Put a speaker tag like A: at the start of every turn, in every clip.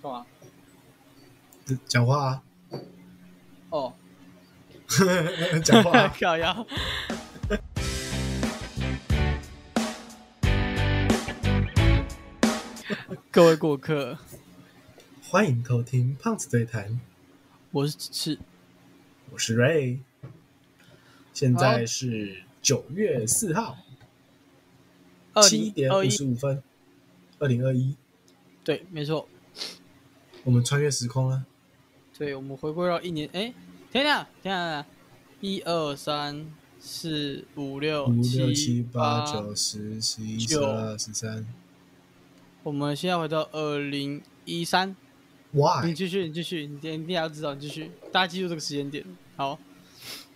A: 干嘛？
B: 讲话啊，
A: 哦，，
B: 讲话啊
A: 靠腰。各位过客，
B: 欢迎偷听胖子对谈，
A: 我是是
B: 我是 Ray，现在是九月四号
A: 二
B: 七
A: 零
B: 点
A: 二
B: 五
A: 一
B: 十五分，二零二一，
A: 对，没错，
B: 我们穿越时空了，
A: 对，我们回归到一年，哎，等一下，等一下，一二三四五六
B: 五六七
A: 七
B: 八九十十一十
A: 九
B: 二十三
A: 我们现在回到二零一三，你
B: ，Why？
A: 继续，你继续，你一定要知道，你继续，大家记住这个时间点，好。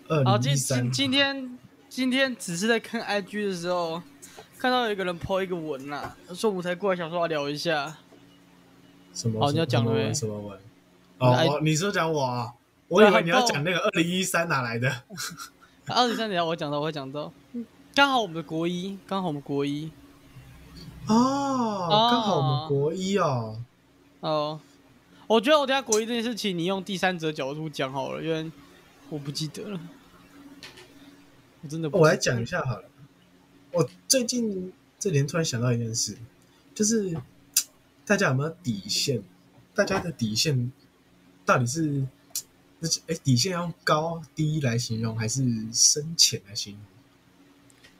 B: 二
A: 好，
B: 零
A: 哦今
B: 一
A: 今
B: 三，
A: 今天今天只是在看 IG 的时候，看到有一个人 po 一个文啦、说我才过来想说要聊一下。
B: 什么？
A: 好哦你要讲了
B: 什么
A: 没
B: 文什么文？哦，
A: 来
B: 哦你说讲我啊，我以为你要
A: 然后
B: 讲那个二零一三哪来的？
A: 二十三等一下我讲到，我会讲到，刚好我们的国一，刚好我们国一
B: 哦，刚好我们
A: 哦
B: 国一哦，
A: 哦。我觉得我等一下国一这件事情，你用第三者角度讲好了，因为我不记得了，我真的不记得
B: 我来讲一下好了。我最近这年突然想到一件事，就是大家有没有底线？大家的底线到底是那是哎底线要用高低来形容，还是深浅来形容？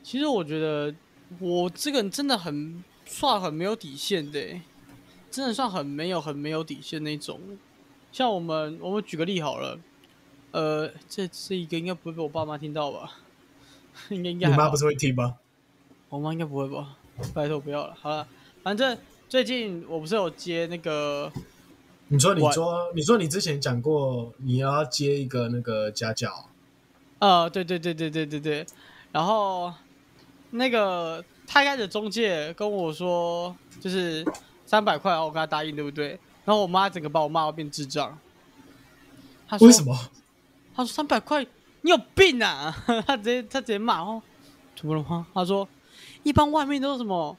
A: 其实我觉得我这个人真的很算很没有底线的欸，真的算很没有很没有底线那种。像我们，我们举个例好了，呃，这这一个应该不会被我爸妈听到吧？ 应该应该
B: 你
A: 还
B: 妈
A: 好
B: 不是会听吗？
A: 我妈应该不会吧？拜托不要了，好了，反正最近我不是有接那个
B: 你说，你
A: 我
B: 说，你说，你之前讲过你要接一个那个家教，
A: 呃，对对对对对对对，然后那个他一开始中介跟我说就是三百块，我跟他答应，对不对？然后我妈整个把我骂到变智障。她说
B: 为什？么？
A: 她说三百块，你有病啊！她直接她直接骂哦，怎么了吗？她说一般外面都是什么，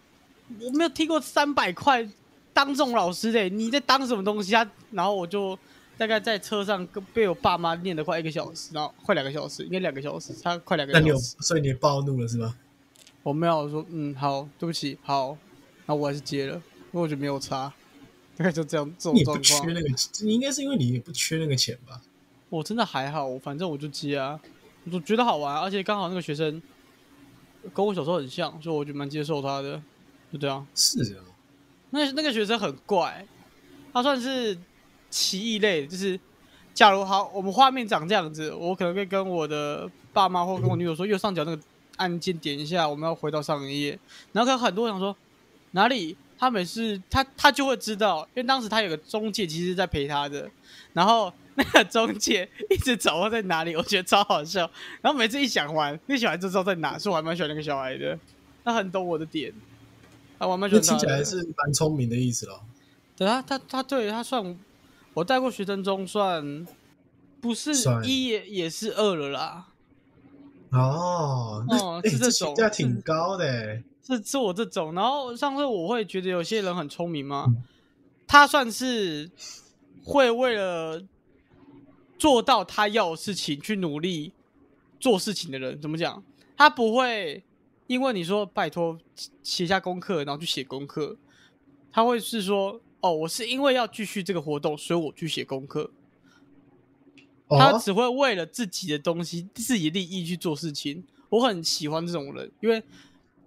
A: 我没有听过三百块当这种老师的，你在当什么东西啊？然后我就大概在车上跟被我爸妈念了快一个小时，然后快两个小时，应该两个小时，差快两个
B: 那你
A: 小
B: 有，
A: 时。
B: 所以你暴怒了是吗？
A: 我没有我说嗯好，对不起好，那我还是接了，因为我觉得没有差，大概就这样这种
B: 你也不
A: 状
B: 缺
A: 况。
B: 那个，你应该是因为你也不缺那个钱吧？
A: 我真的还好，我反正我就接啊，我觉得好玩，而且刚好那个学生跟我小时候很像，所以我就蛮接受他的，就这样。
B: 是啊，
A: 那那个学生很怪，他算是奇异类，就是假如好，我们画面长这样子，我可能会跟我的爸妈或跟我女友说，右上角那个按键点一下，我们要回到上一页。然后可能很多人想说哪里，他每次他他就会知道，因为当时他有个中介其实在陪他的，然后那个中介 一直找我在哪里，我觉得超好笑。然后每次一想完，那小孩就知道在哪，所以我还蛮喜欢那个小孩的，他很懂我的点。啊，我还蛮喜
B: 那
A: 欢他
B: 听
A: 的。
B: 起来是蛮聪明的意思咯。
A: 对啊他，他他对他算我带过学生中算不是
B: 算
A: 一也也是二了啦，
B: 哦，那
A: 哦
B: 哎
A: 是
B: 这
A: 这
B: 评
A: 种
B: 价
A: 是
B: 挺高的欸，
A: 是是我这种。然后上次我会觉得有些人很聪明嘛
B: 嗯，
A: 他算是会为了做到他要的事情去努力做事情的人，怎么讲？他不会因为你说拜托写写一下功课，然后去写功课，他会是说哦，我是因为要继续这个活动，所以我去写功课。他
B: 哦，
A: 只会为了自己的东西、自己利益去做事情。我很喜欢这种人，因为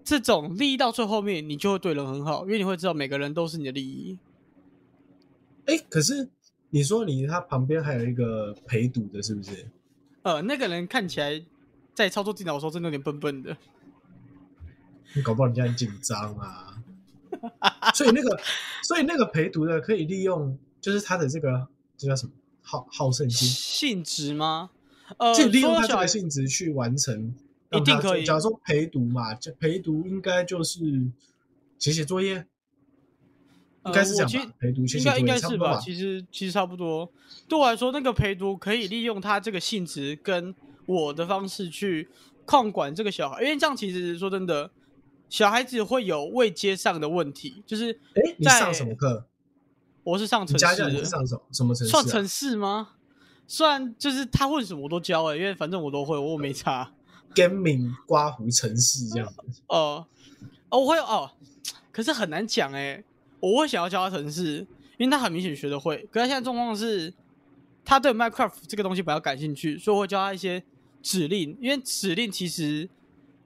A: 这种利益到最后面，你就会对人很好，因为你会知道每个人都是你的利益。
B: 哎，可是你说你他旁边还有一个陪读的，是不是？
A: 呃，那个人看起来在操作电脑的时候真的有点笨笨
B: 嗯
A: 的，
B: 你搞不好人家很紧张啊。所以那个，所以那个陪读的可以利用，就是他的这个这叫什么好好胜心，
A: 性质吗？呃，
B: 就利用
A: 说
B: 他这
A: 小
B: 个
A: 孩
B: 性质去完成。让
A: 一定
B: 他做
A: 可以
B: 假如说陪读嘛，就陪读应该就是写写作业，应该是这
A: 呃我
B: 样
A: 其
B: 吧？陪读写
A: 应
B: 写作
A: 该
B: 业
A: 应该
B: 差
A: 是
B: 不多吧？
A: 其实其实差不多。对我来说，那个陪读可以利用他这个性质跟我的方式去控管这个小孩，因为这样其实说真的，小孩子会有未接上的问题，就是
B: 哎，你
A: 在
B: 上什么课？
A: 我是上
B: 你
A: 城
B: 家
A: 市
B: 教你
A: 的，
B: 是上什什么城市、啊？
A: 算城市吗？虽然就是他问什么我都教哎、因为反正我都会，我没差。
B: gaming 刮胡城市这样子。
A: 哦、哦，我会哦，可是很难讲哎、我会想要教他城市，因为他很明显学得会。可他现在状况是，他对 Minecraft 这个东西比较感兴趣，所以我会教他一些指令，因为指令其实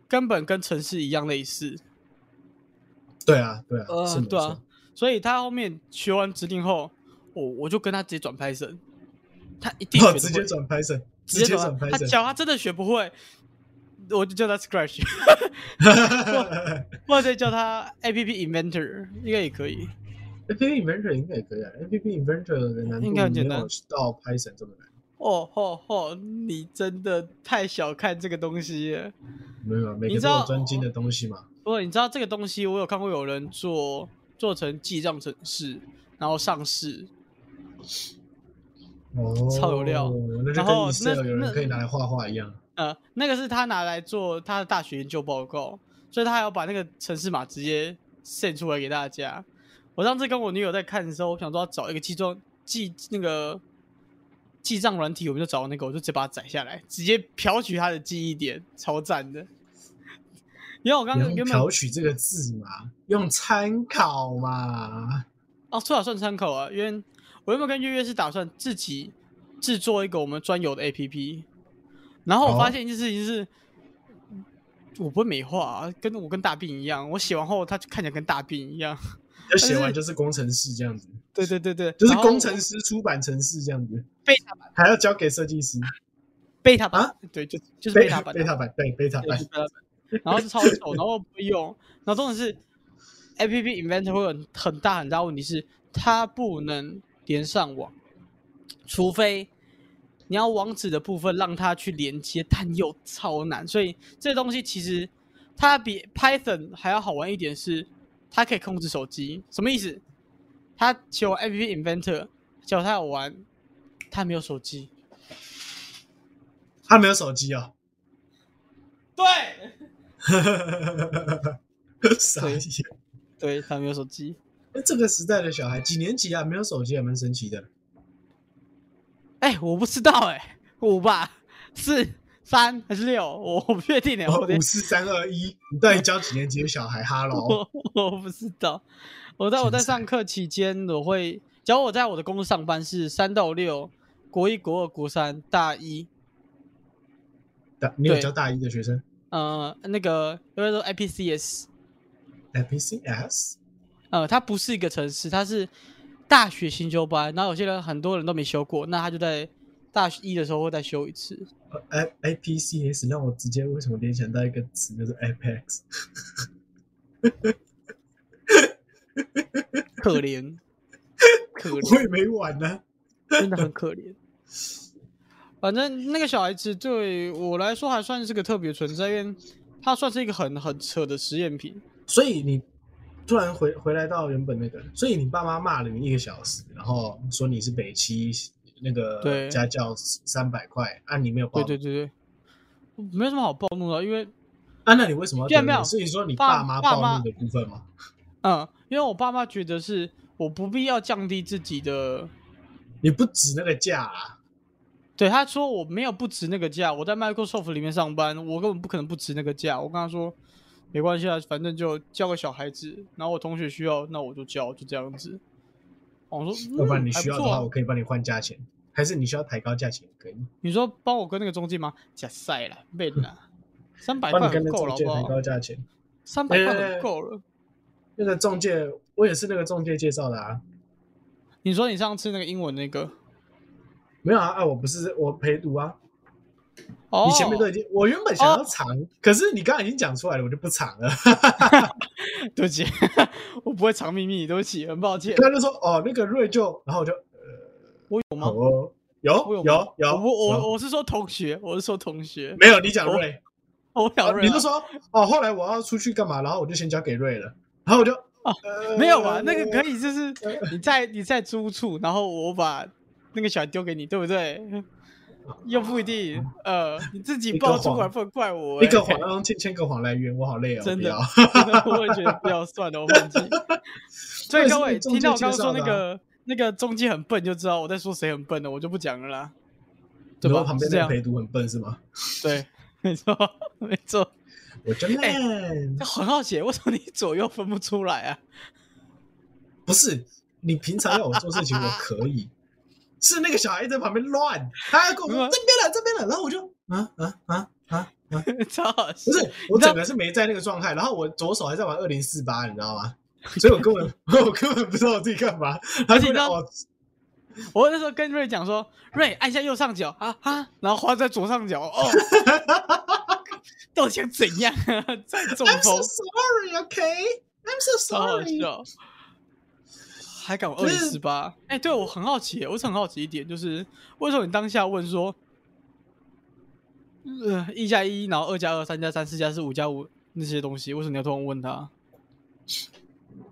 A: 根本跟城市一样类似。
B: 对啊，对啊，
A: 呃
B: 是没
A: 对啊
B: 错。
A: 所以他后面学完指令后，我、我就跟他直接转拍神，他一定
B: 哦
A: 学
B: 直
A: 得
B: 接
A: 会
B: 转拍神，
A: 直接
B: 转拍
A: 他
B: 神。
A: 脚他真的学不会，我就叫他 Scratch，或者叫他 APP Inventor，应该也可以。
B: APP Inventor 应该也可以啊，APP Inventor 的难度
A: 应
B: 没
A: 该
B: 有
A: 很简单
B: 到拍神这么难。
A: 哦吼吼，你真的太小看这个东西了。
B: 没有啊，每
A: 你
B: 个
A: 知
B: 都有
A: 道
B: 专精的东西嘛。
A: 不过你知道这个东西，我有看过有人做做成记账程式，然后上市。
B: 哦，
A: 超有料
B: 那就
A: 然
B: 跟
A: 后
B: Excel
A: 那
B: 有人
A: 那
B: 可以拿来画画一样。
A: 呃，那个是他拿来做他的大学研究报告，所以他还要把那个城市码直接 send 出来给大家。我上次跟我女友在看的时候，我想说要找一个记账记那个记账软体，我们就找那个，我就直接把它载下来，直接剽取他的记忆点，超赞的。因为我刚刚
B: 你
A: 原
B: 用
A: 本
B: 调取这个字嘛，用参考嘛。
A: 哦，最好算参考啊，因为我原本跟月月是打算自己制作一个我们专有的 APP，然后我发
B: 哦
A: 现一件事情是，我不会美化、啊，跟我跟大病一样，我写完后它就看起来跟大病一 样。
B: 就写完
A: 是
B: 就是工程师这样子，
A: 对对对对，
B: 就是
A: 然后
B: 工程师出版程式这样子，
A: 贝塔
B: 版还要交给设计师，
A: 贝塔版，
B: 啊
A: 对，就就是
B: 贝
A: 贝
B: 塔
A: 塔版
B: 贝
A: 的，
B: 塔版对贝塔
A: 对，
B: 版
A: 就是贝塔版， 然后是超丑，然后不会用，然后重点是 APP Inventor 会有很很大很大问题是它不能连上网，除非你要网址的部分让它去连接，但又超难。所以这东西其实它比 Python 还要好玩一点是，它可以控制手机。什么意思？它写完 App Inventor，结果它有玩，它没有手机。
B: 他没有手机哦，
A: 对，
B: 傻
A: 对
B: 眼。
A: 对，它没有手机。
B: 那这个时代的小孩几年级啊？没有手机还蛮神奇的。
A: 哎、我不知道哎、五吧，四三还是六？我我不确定哎、
B: 然后
A: 我得
B: 哦五四三二一，你到底教几年级的小孩？哈 喽，
A: 我我不知道。我在我在
B: 天才
A: 上课期间，我会，假如我在我的公司上班是三到六，国一、国二、国三、大一，
B: 大你有
A: 对
B: 教大一的学生
A: 呃，那个有人说 IPCS，
B: ？APCS
A: 呃，它不是一个城市，它是大学新修班，然后有些人很多人都没修过，那他就在大一的时候会再修一次。
B: 呃 A APCS 让我直接为什么联想到一个词就是 Apex，
A: 可怜，可怜，
B: 我也没玩呢、
A: 真的很可怜。反正那个小孩子对我来说还算是个特别存在，因为他算是一个很很扯的实验品。
B: 所以你突然回回来到原本那个，所以你爸妈骂了你一个小时，然后说你是北七那个
A: 对
B: 家教三百块，啊你没有报
A: 对
B: 名，
A: 对对对，没有什么好暴怒的，因为
B: 啊那你为什么要
A: 对啊
B: 得
A: 没有
B: 是你说你
A: 爸
B: 爸妈
A: 爸
B: 暴
A: 妈
B: 怒的部分吗？
A: 嗯，因为我爸妈觉得是我不必要降低自己的，
B: 你不止那个价啊，
A: 对他说我没有不值那个价，我在 Microsoft 里面上班，我根本不可能不值那个价。我跟他说没关系啊，反正就教个小孩子，然后我同学需要，那我就教，就这样子。哦我说，嗯、
B: 要不然你需要
A: 还
B: 的
A: 不错啊
B: 话，我可以帮你换价钱，还是你需要抬高价钱也可以，
A: 你说帮我跟那个中介吗？假赛啦，妹啦， 三百
B: 帮
A: 块
B: 你跟
A: 很
B: 那
A: 够了，
B: 中
A: 好不
B: 介抬
A: 好？
B: 高价钱。
A: 三百块
B: 哎哎哎
A: 很够了。
B: 那个中介，我也是那个中介介绍的啊，
A: 你说你上次那个英文那
B: 哎
A: 个，
B: 没有啊，啊我不是我陪读啊，
A: 哦，
B: 哎你前面都已经，我原本想要藏，可是你刚刚已经讲出来了，我就不藏了。
A: 对不起， 我不会藏秘密，对不起，很抱歉。
B: 他就说哦，那个瑞就，然后我就呃
A: 我有吗
B: 好？哦，有
A: 我有吗
B: 有有，
A: 我不
B: 有
A: 我我是说同学，我是说同学，
B: 没有你讲瑞，
A: 我想
B: 啊
A: 瑞啊
B: 你就说哦，后来我要出去干嘛，然后我就先交给瑞了，然后我就呃
A: 哦没有啊吧？那个可以， 就是你在你在租处，然后我把那个小孩丢给你，对不对？又不一定，呃，你自己
B: 一个
A: 报出
B: 谎
A: 来不能怪我、
B: 一
A: 欸。
B: 个谎让千千个谎来圆，我好累哦，
A: 真
B: 不
A: 的
B: 要 啊
A: 我也觉得不要算了，我忘记。所以各位听到我刚刚说那个那个中介很笨就知道我在说谁很笨了，我就不讲了啦。对
B: 然
A: 吧？
B: 后旁
A: 是
B: 边
A: 这
B: 那
A: 样
B: 个陪读很笨是吗？
A: 对，没错，没错。
B: 我真
A: 哎
B: 烂，
A: 就很好奇，为什么你左右分不出来啊？
B: 不是你平常要我做事情，我 可以。是那个小孩在旁边乱，他还跟我
A: 没有
B: 说
A: 啊
B: 这边了，这边了，然后我就啊啊啊啊啊，
A: 超好笑
B: 不。是，我整个是没在那个状态，然后我左手还在玩二零四八，你知道吗？所以我根本 我根本不知道我自己干嘛。而
A: 且你知道
B: 哦，
A: 我那时候跟瑞讲说，瑞按下右上角啊啊，然后花在左上角 哦，到底想怎样啊？ 再中
B: I'm
A: 风
B: so，sorry, okay? I'm so
A: 超好
B: sorry.
A: 笑。还敢二
B: 可
A: 零
B: 是
A: 四八？哎，对我很好奇，我是很好奇一点，就是为什么你当下问说，呃，一加一，然后二加二，三加三，四加四，五加五那些东西，为什么你要突然问他？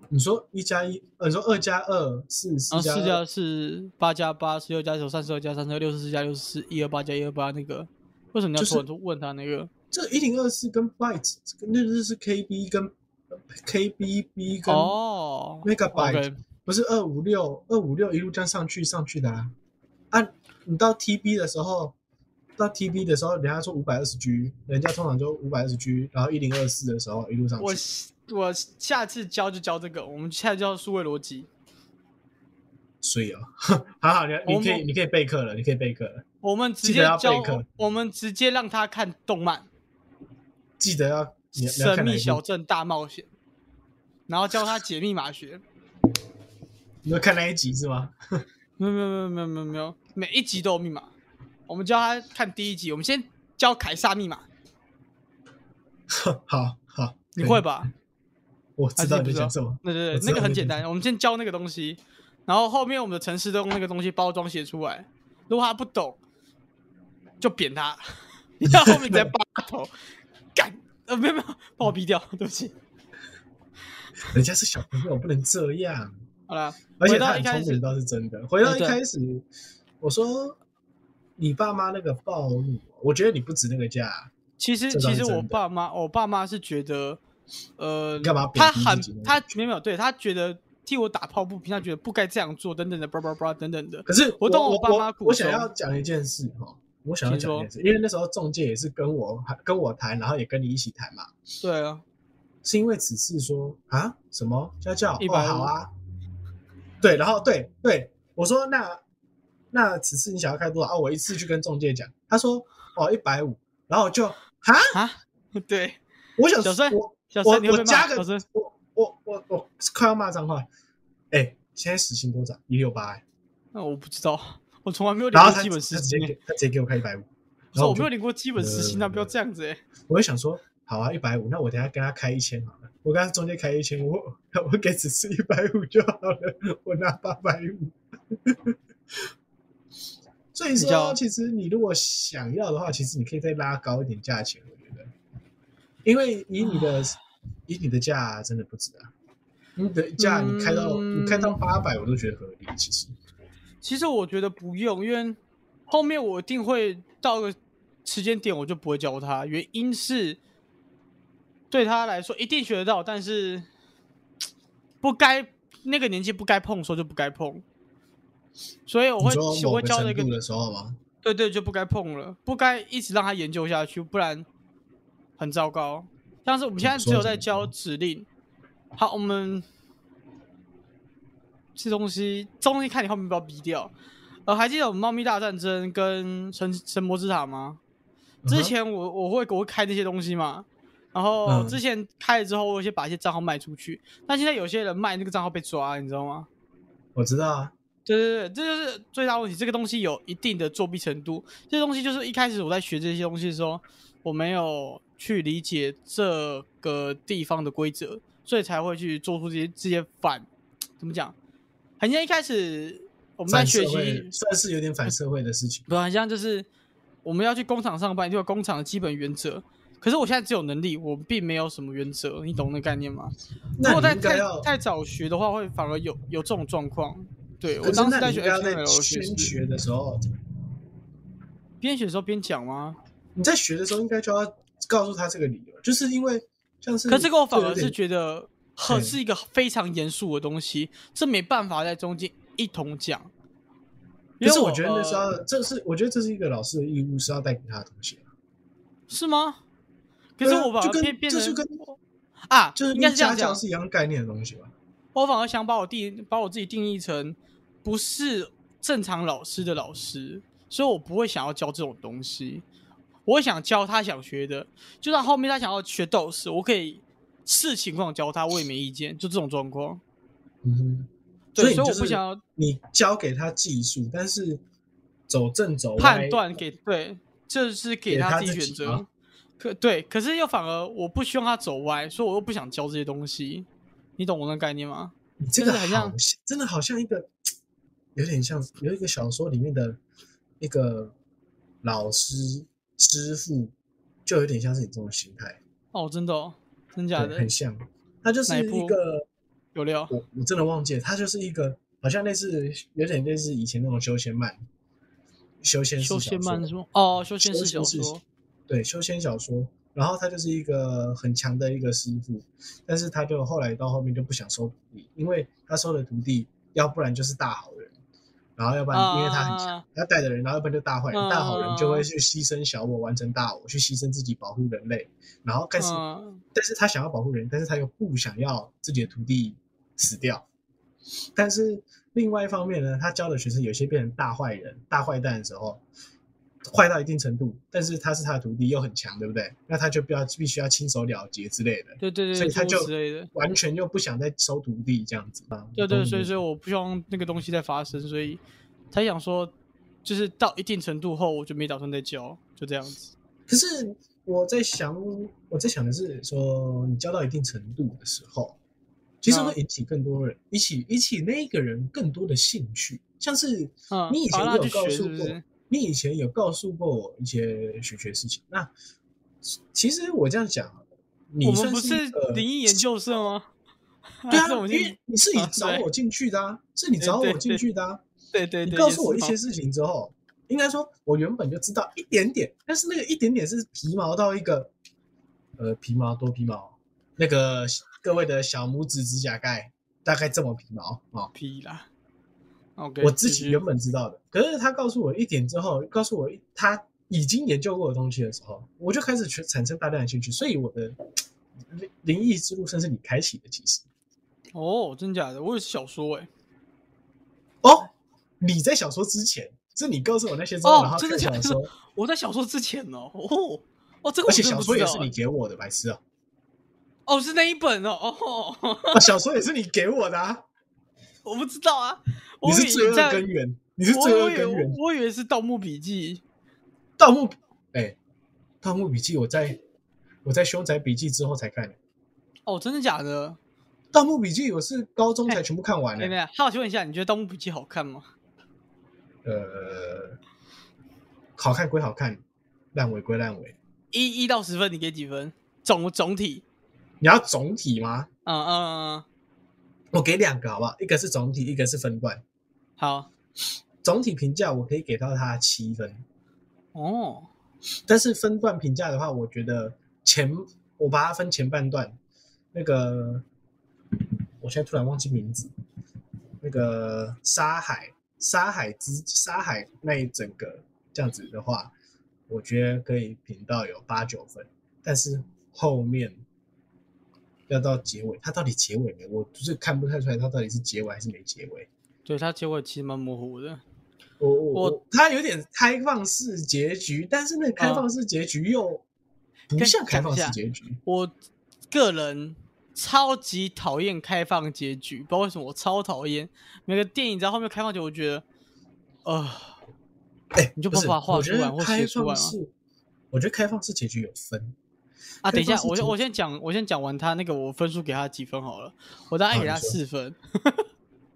B: 你说一加一，呃你说二加二是四
A: 然后
B: 加
A: 哦四加四，八加八，十六加九，三十二加三十二，六十四加六十四，一二八加一二八那个，为什么你要
B: 就是
A: 突然就问他那个？
B: 这一零二四跟 byte，那就是 KB 跟 KBB 跟
A: 哦
B: megabyte，、
A: OK
B: 不是二五六二五六一路这样上去上去的啊。啊，你到 TB 的时候，到 TB 的时候，人家说五百二十 G，人家通常就五百二十 G，然后一零二四的时候一路上
A: 我
B: 去。
A: 我下次教就教这个，我们下次教数位逻辑。
B: 所以啊， 好好，你你可
A: 我
B: 以你可以备课了，你可以备课了，
A: 我们直
B: 记
A: 接
B: 得要备
A: 教
B: 课，
A: 我们直接让他看动漫
B: 记得要你
A: 《
B: 要你要
A: 神
B: 看哪
A: 秘
B: 一
A: 小
B: 部？
A: 镇大冒险》，然后教他解密码学。
B: 你要看哪一集是吗？
A: 没有没有没有没有没有没有，每一集都有密码。我们教他看第一集，我们先教凯撒密码，
B: 好好，
A: 你
B: 可以
A: 会？吧？
B: 我知道
A: 还是
B: 你
A: 你不知
B: 在讲
A: 道
B: 什么。
A: 对对
B: 我
A: 对，
B: 知
A: 那
B: 道
A: 个很
B: 那
A: 简
B: 个
A: 单，我们先教那个东西，然后后面我们的城市都用那个东西包装写出来。如果他不懂，就扁 他，你到后面你再扒他头，干呃没有没有，把我逼掉，对不起。
B: 人家是小朋友，不能这样。
A: 好了，
B: 而且
A: 回
B: 他
A: 到一
B: 很
A: 开
B: 聪明
A: 始，
B: 倒是真的。回到
A: 哎
B: 一
A: 对
B: 开始，我说你爸妈那个暴怒，哦我觉得你不值那个价。
A: 其实
B: 这倒
A: 其实
B: 是
A: 我
B: 真的
A: 爸妈，我爸妈是觉得，呃，
B: 干嘛贬
A: 他
B: 低自
A: 很
B: 己呢
A: 他没有没有，对他觉得替我打抱不平，他觉得不该这样做，等等的，叭叭叭等等的。
B: 可是
A: 我懂
B: 我
A: 我爸妈苦
B: 我想
A: 衷
B: 要讲一件事哈，我想要
A: 请
B: 讲一
A: 说
B: 件事，因为那时候中介也是跟我跟我谈，然后也跟你一起谈嘛，
A: 对啊，
B: 是因为此次说啊什么家教
A: 150
B: 哦好啊，对，然后对对，我说那那此次你想要开多少啊？我一次去跟中介讲，他说哦一百五，然后我就哈，
A: 啊，对，
B: 我想
A: 小孙
B: 我
A: 小
B: 我
A: 三你会
B: 我
A: 被
B: 加
A: 骂，
B: 个
A: 小三
B: 我我我我快要骂脏话，哎、现在时薪多少？一六八，
A: 那我不知道，我从来没有领
B: 然后
A: 过
B: 他
A: 基本
B: 他
A: 时
B: 直接
A: 薪欸、
B: 给他直接给我开一百五，
A: 不
B: 然
A: 是
B: 后
A: 我
B: 我
A: 没
B: 就
A: 有领过基本时薪啊，
B: 呃
A: 不要这样子哎、
B: 我就想说，好啊，一百五，那我等一下跟他开一千好了，我跟他中间开一千，我 我给只是一百五就好了，我拿八百五。所以
A: 比较
B: 说，其实你如果想要的话，其实你可以再拉高一点价钱，我觉得，因为以你
A: 啊
B: 的以你的价真的不值啊，你
A: 嗯
B: 的价你开到、你开到八百，我都觉得合理，其实。
A: 其实我觉得不用，因为后面我一定会到个时间点，我就不会教他。原因是对他来说一定学得到，但是不该那个年纪不该碰，的时候就不该碰。所以我
B: 你
A: 会
B: 说
A: 我
B: 某
A: 会
B: 个
A: 教那
B: 程
A: 个
B: 度的时候吗？
A: 对对，就不该碰了，不该一直让他研究下去，不然很糟糕。像是我们现在只有在教指令，好，我们这东西，这东西看你后面要不要逼掉。呃，还记得我们《猫咪大战争》跟神《神魔之塔》吗？之前我我会我会开那些东西嘛，然后
B: 嗯
A: 之前开了之后，我有些把一些账号卖出去，但现在有些人卖那个账号被抓，你知道吗？
B: 我知道啊，
A: 对对对，这就是最大问题。这个东西有一定的作弊程度，这些东西就是一开始我在学这些东西的时候，我没有去理解这个地方的规则，所以才会去做出这些这些反怎么讲？很像一开始我们在
B: 反
A: 学
B: 社
A: 习
B: 会，算是有点反社会的事情。
A: 不很像就是我们要去工厂上班，就有工厂的基本原则。可是我现在只有能力，我并没有什么原则，你懂那概念吗？如
B: 那
A: 果
B: 你
A: 太
B: 应该
A: 太
B: 要
A: 太早学的话，会反而有有这种状况。对我
B: 可是
A: 当时
B: 那
A: 在
B: 你
A: 学
B: 应该要
A: HTML
B: 在
A: 学
B: 先
A: 习，
B: 学的时候，
A: 边学的时候边讲吗？
B: 你在学的时候应该就要告诉他这个理由，就是因为像是
A: 可这个我反
B: 有
A: 而
B: 点
A: 是觉得很
B: 对
A: 是一个非常严肃的东西，这没办法在中间一同讲。因
B: 可
A: 为
B: 是我觉得那是
A: 呃
B: 要，这是我觉得这是一个老师的义务，是要带给他的东西。啊
A: 是吗？可是
B: 对啊
A: 我把
B: 就
A: 它
B: 跟
A: 变变
B: 这就
A: 成
B: 跟
A: 啊，
B: 就是
A: 应该
B: 跟
A: 是这
B: 家
A: 样
B: 教
A: 讲，
B: 是一样概念的东西吧？
A: 我反而想把我定把我自己定义成不是正常老师的老师，所以我不会想要教这种东西。我会想教他想学的，就算后面他想要学斗士，我可以视情况教他，我也没意见。就这种状况，
B: 嗯哼，所
A: 对，
B: 以
A: 所
B: 你
A: 以
B: 就
A: 我不
B: 是
A: 想要
B: 你教给他技术，但是走正走歪
A: 判断给对，这是给
B: 给
A: 他
B: 他
A: 自己
B: 自
A: 选
B: 己
A: 择
B: 吗。
A: 可对，可是又反而我不希望他走歪，所以我又不想教这些东西。你懂我的概念吗？
B: 你这
A: 就
B: 个
A: 是
B: 好
A: 很像
B: 像真的好像一个，有点像有一个小说里面的一个老师师傅，就有点像是你这种心态，
A: 哦，真的、哦，真假
B: 对，
A: 的
B: 很，像。他就是
A: 哪一
B: 一
A: 部
B: 个，
A: 有料。
B: 我我真的忘记了，他就是一个好像类似有点类似以前那种休闲漫，休闲式
A: 修
B: 小
A: 仙
B: 说
A: 漫是吗？哦，修仙
B: 修
A: 式小
B: 仙式
A: 说。
B: 对修仙小说，然后他就是一个很强的一个师傅，但是他就后来到后面就不想收徒弟，因为他收的徒弟，要不然就是大好人，然后要不然因为他很强，
A: 啊
B: 他带的人，然后要不然就大坏人，
A: 嗯
B: 大好人就会去牺牲小我，完成大我，去牺牲自己保护人类，然后但是、
A: 嗯，
B: 但是他想要保护人，但是他又不想要自己的徒弟死掉。但是另外一方面呢，他教的学生有些变成大坏人、大坏蛋的时候，坏到一定程度，但是他是他的徒弟又很强，对不对？那他就不要必须要亲手了结之类的，
A: 对对
B: 所
A: 对，
B: 以他
A: 诸如
B: 就
A: 此类的。
B: 完全又不想再收徒弟这样子啊。
A: 对对，所以所
B: 说
A: 以我不希望那个东西再发生，所以才想说，就是到一定程度后，我就没打算再教，就这样子。
B: 可是我在想，我在想的是说，你教到一定程度的时候，其实
A: 嗯
B: 会引起更多人，引起引起那个人更多的兴趣。像是
A: 嗯，
B: 你以前
A: 好那
B: 也有
A: 去
B: 告
A: 学
B: 诉
A: 是不
B: 过，
A: 是？
B: 你以前有告诉过我一些学学事情。那其其实我这样讲，
A: 我
B: 你
A: 们
B: 算
A: 不
B: 是一个
A: 灵异研究社吗？
B: 对
A: 还是我
B: 啊，
A: 们
B: 因
A: 是
B: 为你是你
A: 啊
B: 找
A: 对
B: 我进去的啊，是你
A: 对
B: 找
A: 对
B: 我
A: 对
B: 进去的啊。
A: 对对
B: 你
A: 对，
B: 告
A: 也
B: 诉
A: 是哦
B: 我一
A: 哈
B: 些事情之后，应该说我原本就知道一点点，但是那个一点点是皮毛到一个，呃，皮毛多皮毛，那个各位的小拇指指甲盖大概这么皮毛哦。
A: 屁啦。OK，
B: 我自
A: 继
B: 己
A: 续
B: 原本知道的，可是他告诉我一点之后，告诉我一他已经研究过的东西的时候，我就开始去产生大量的兴趣，所以我的灵灵异之路算是你开启的，其实。
A: 哦，真假的，我也是小说哎、
B: 哦，你在小说之前，是你告诉我那些之后，
A: 哦
B: 然后
A: 真的
B: 看
A: 假的
B: 小说，
A: 我在小说之前哦，哦，哦，这个
B: 而
A: 我
B: 且
A: 真的
B: 小
A: 不
B: 说
A: 知
B: 也
A: 道
B: 是你
A: 欸。
B: 给我的，白痴哦、
A: 哦，是那一本哦，哦，
B: 啊！小说也是你给我的、啊，
A: 我不知道啊，我
B: 你
A: 以
B: 是
A: 为
B: 罪恶
A: 在
B: 根源，你是罪
A: 我
B: 恶
A: 我以为
B: 根源。
A: 我以为是《盗墓笔记
B: 盗墓，哎、盗墓笔记，我在我在凶宅笔记之后才看的，》
A: 哦，真的假的？
B: 盗墓笔记我是高中
A: 哎
B: 才全部看完的、
A: 妹妹，好奇问一下，你觉得《盗墓笔记》好看吗？
B: 呃，好看归好看，烂尾归烂尾，
A: 一一到十分，你给几分？总总体，
B: 你要总体吗？
A: 嗯嗯嗯，嗯
B: 我给两个好不好？一个是总体，一个是分段。
A: 好
B: 总体评价我可以给到它七分。
A: 哦，
B: 但是分段评价的话，我觉得前我把它分前半段，那个我现在突然忘记名字，那个沙海沙海之沙海那一整个这样子的话，我觉得可以评到有八九分，但是后面。要到结尾，它到底结尾没？我就是看不太出来，它到底是结尾还是没结尾。
A: 对，它结尾其实蛮模糊的。
B: 我我
A: 我
B: 我，它有点开放式结局，但是那个开放式结局又不
A: 跟
B: 像开
A: 讲一
B: 放
A: 下
B: 式结局。
A: 我个人超级讨厌开放结局，不知道为什么我超讨厌。每个电影在后面开放结局，我觉得，呃，
B: 哎，
A: 你就
B: 不
A: 不
B: 是
A: 把它画
B: 我
A: 出
B: 觉得
A: 来或
B: 开
A: 写出来
B: 放
A: 吗
B: 式，我觉得开放式结局有分。
A: 啊，
B: 开
A: 等一下，
B: 放式
A: 我
B: 结
A: 先我
B: 局
A: 先讲，我先讲完他那个，我分数给他几分好了，我大概
B: 好
A: 给
B: 你
A: 他
B: 说
A: 四分。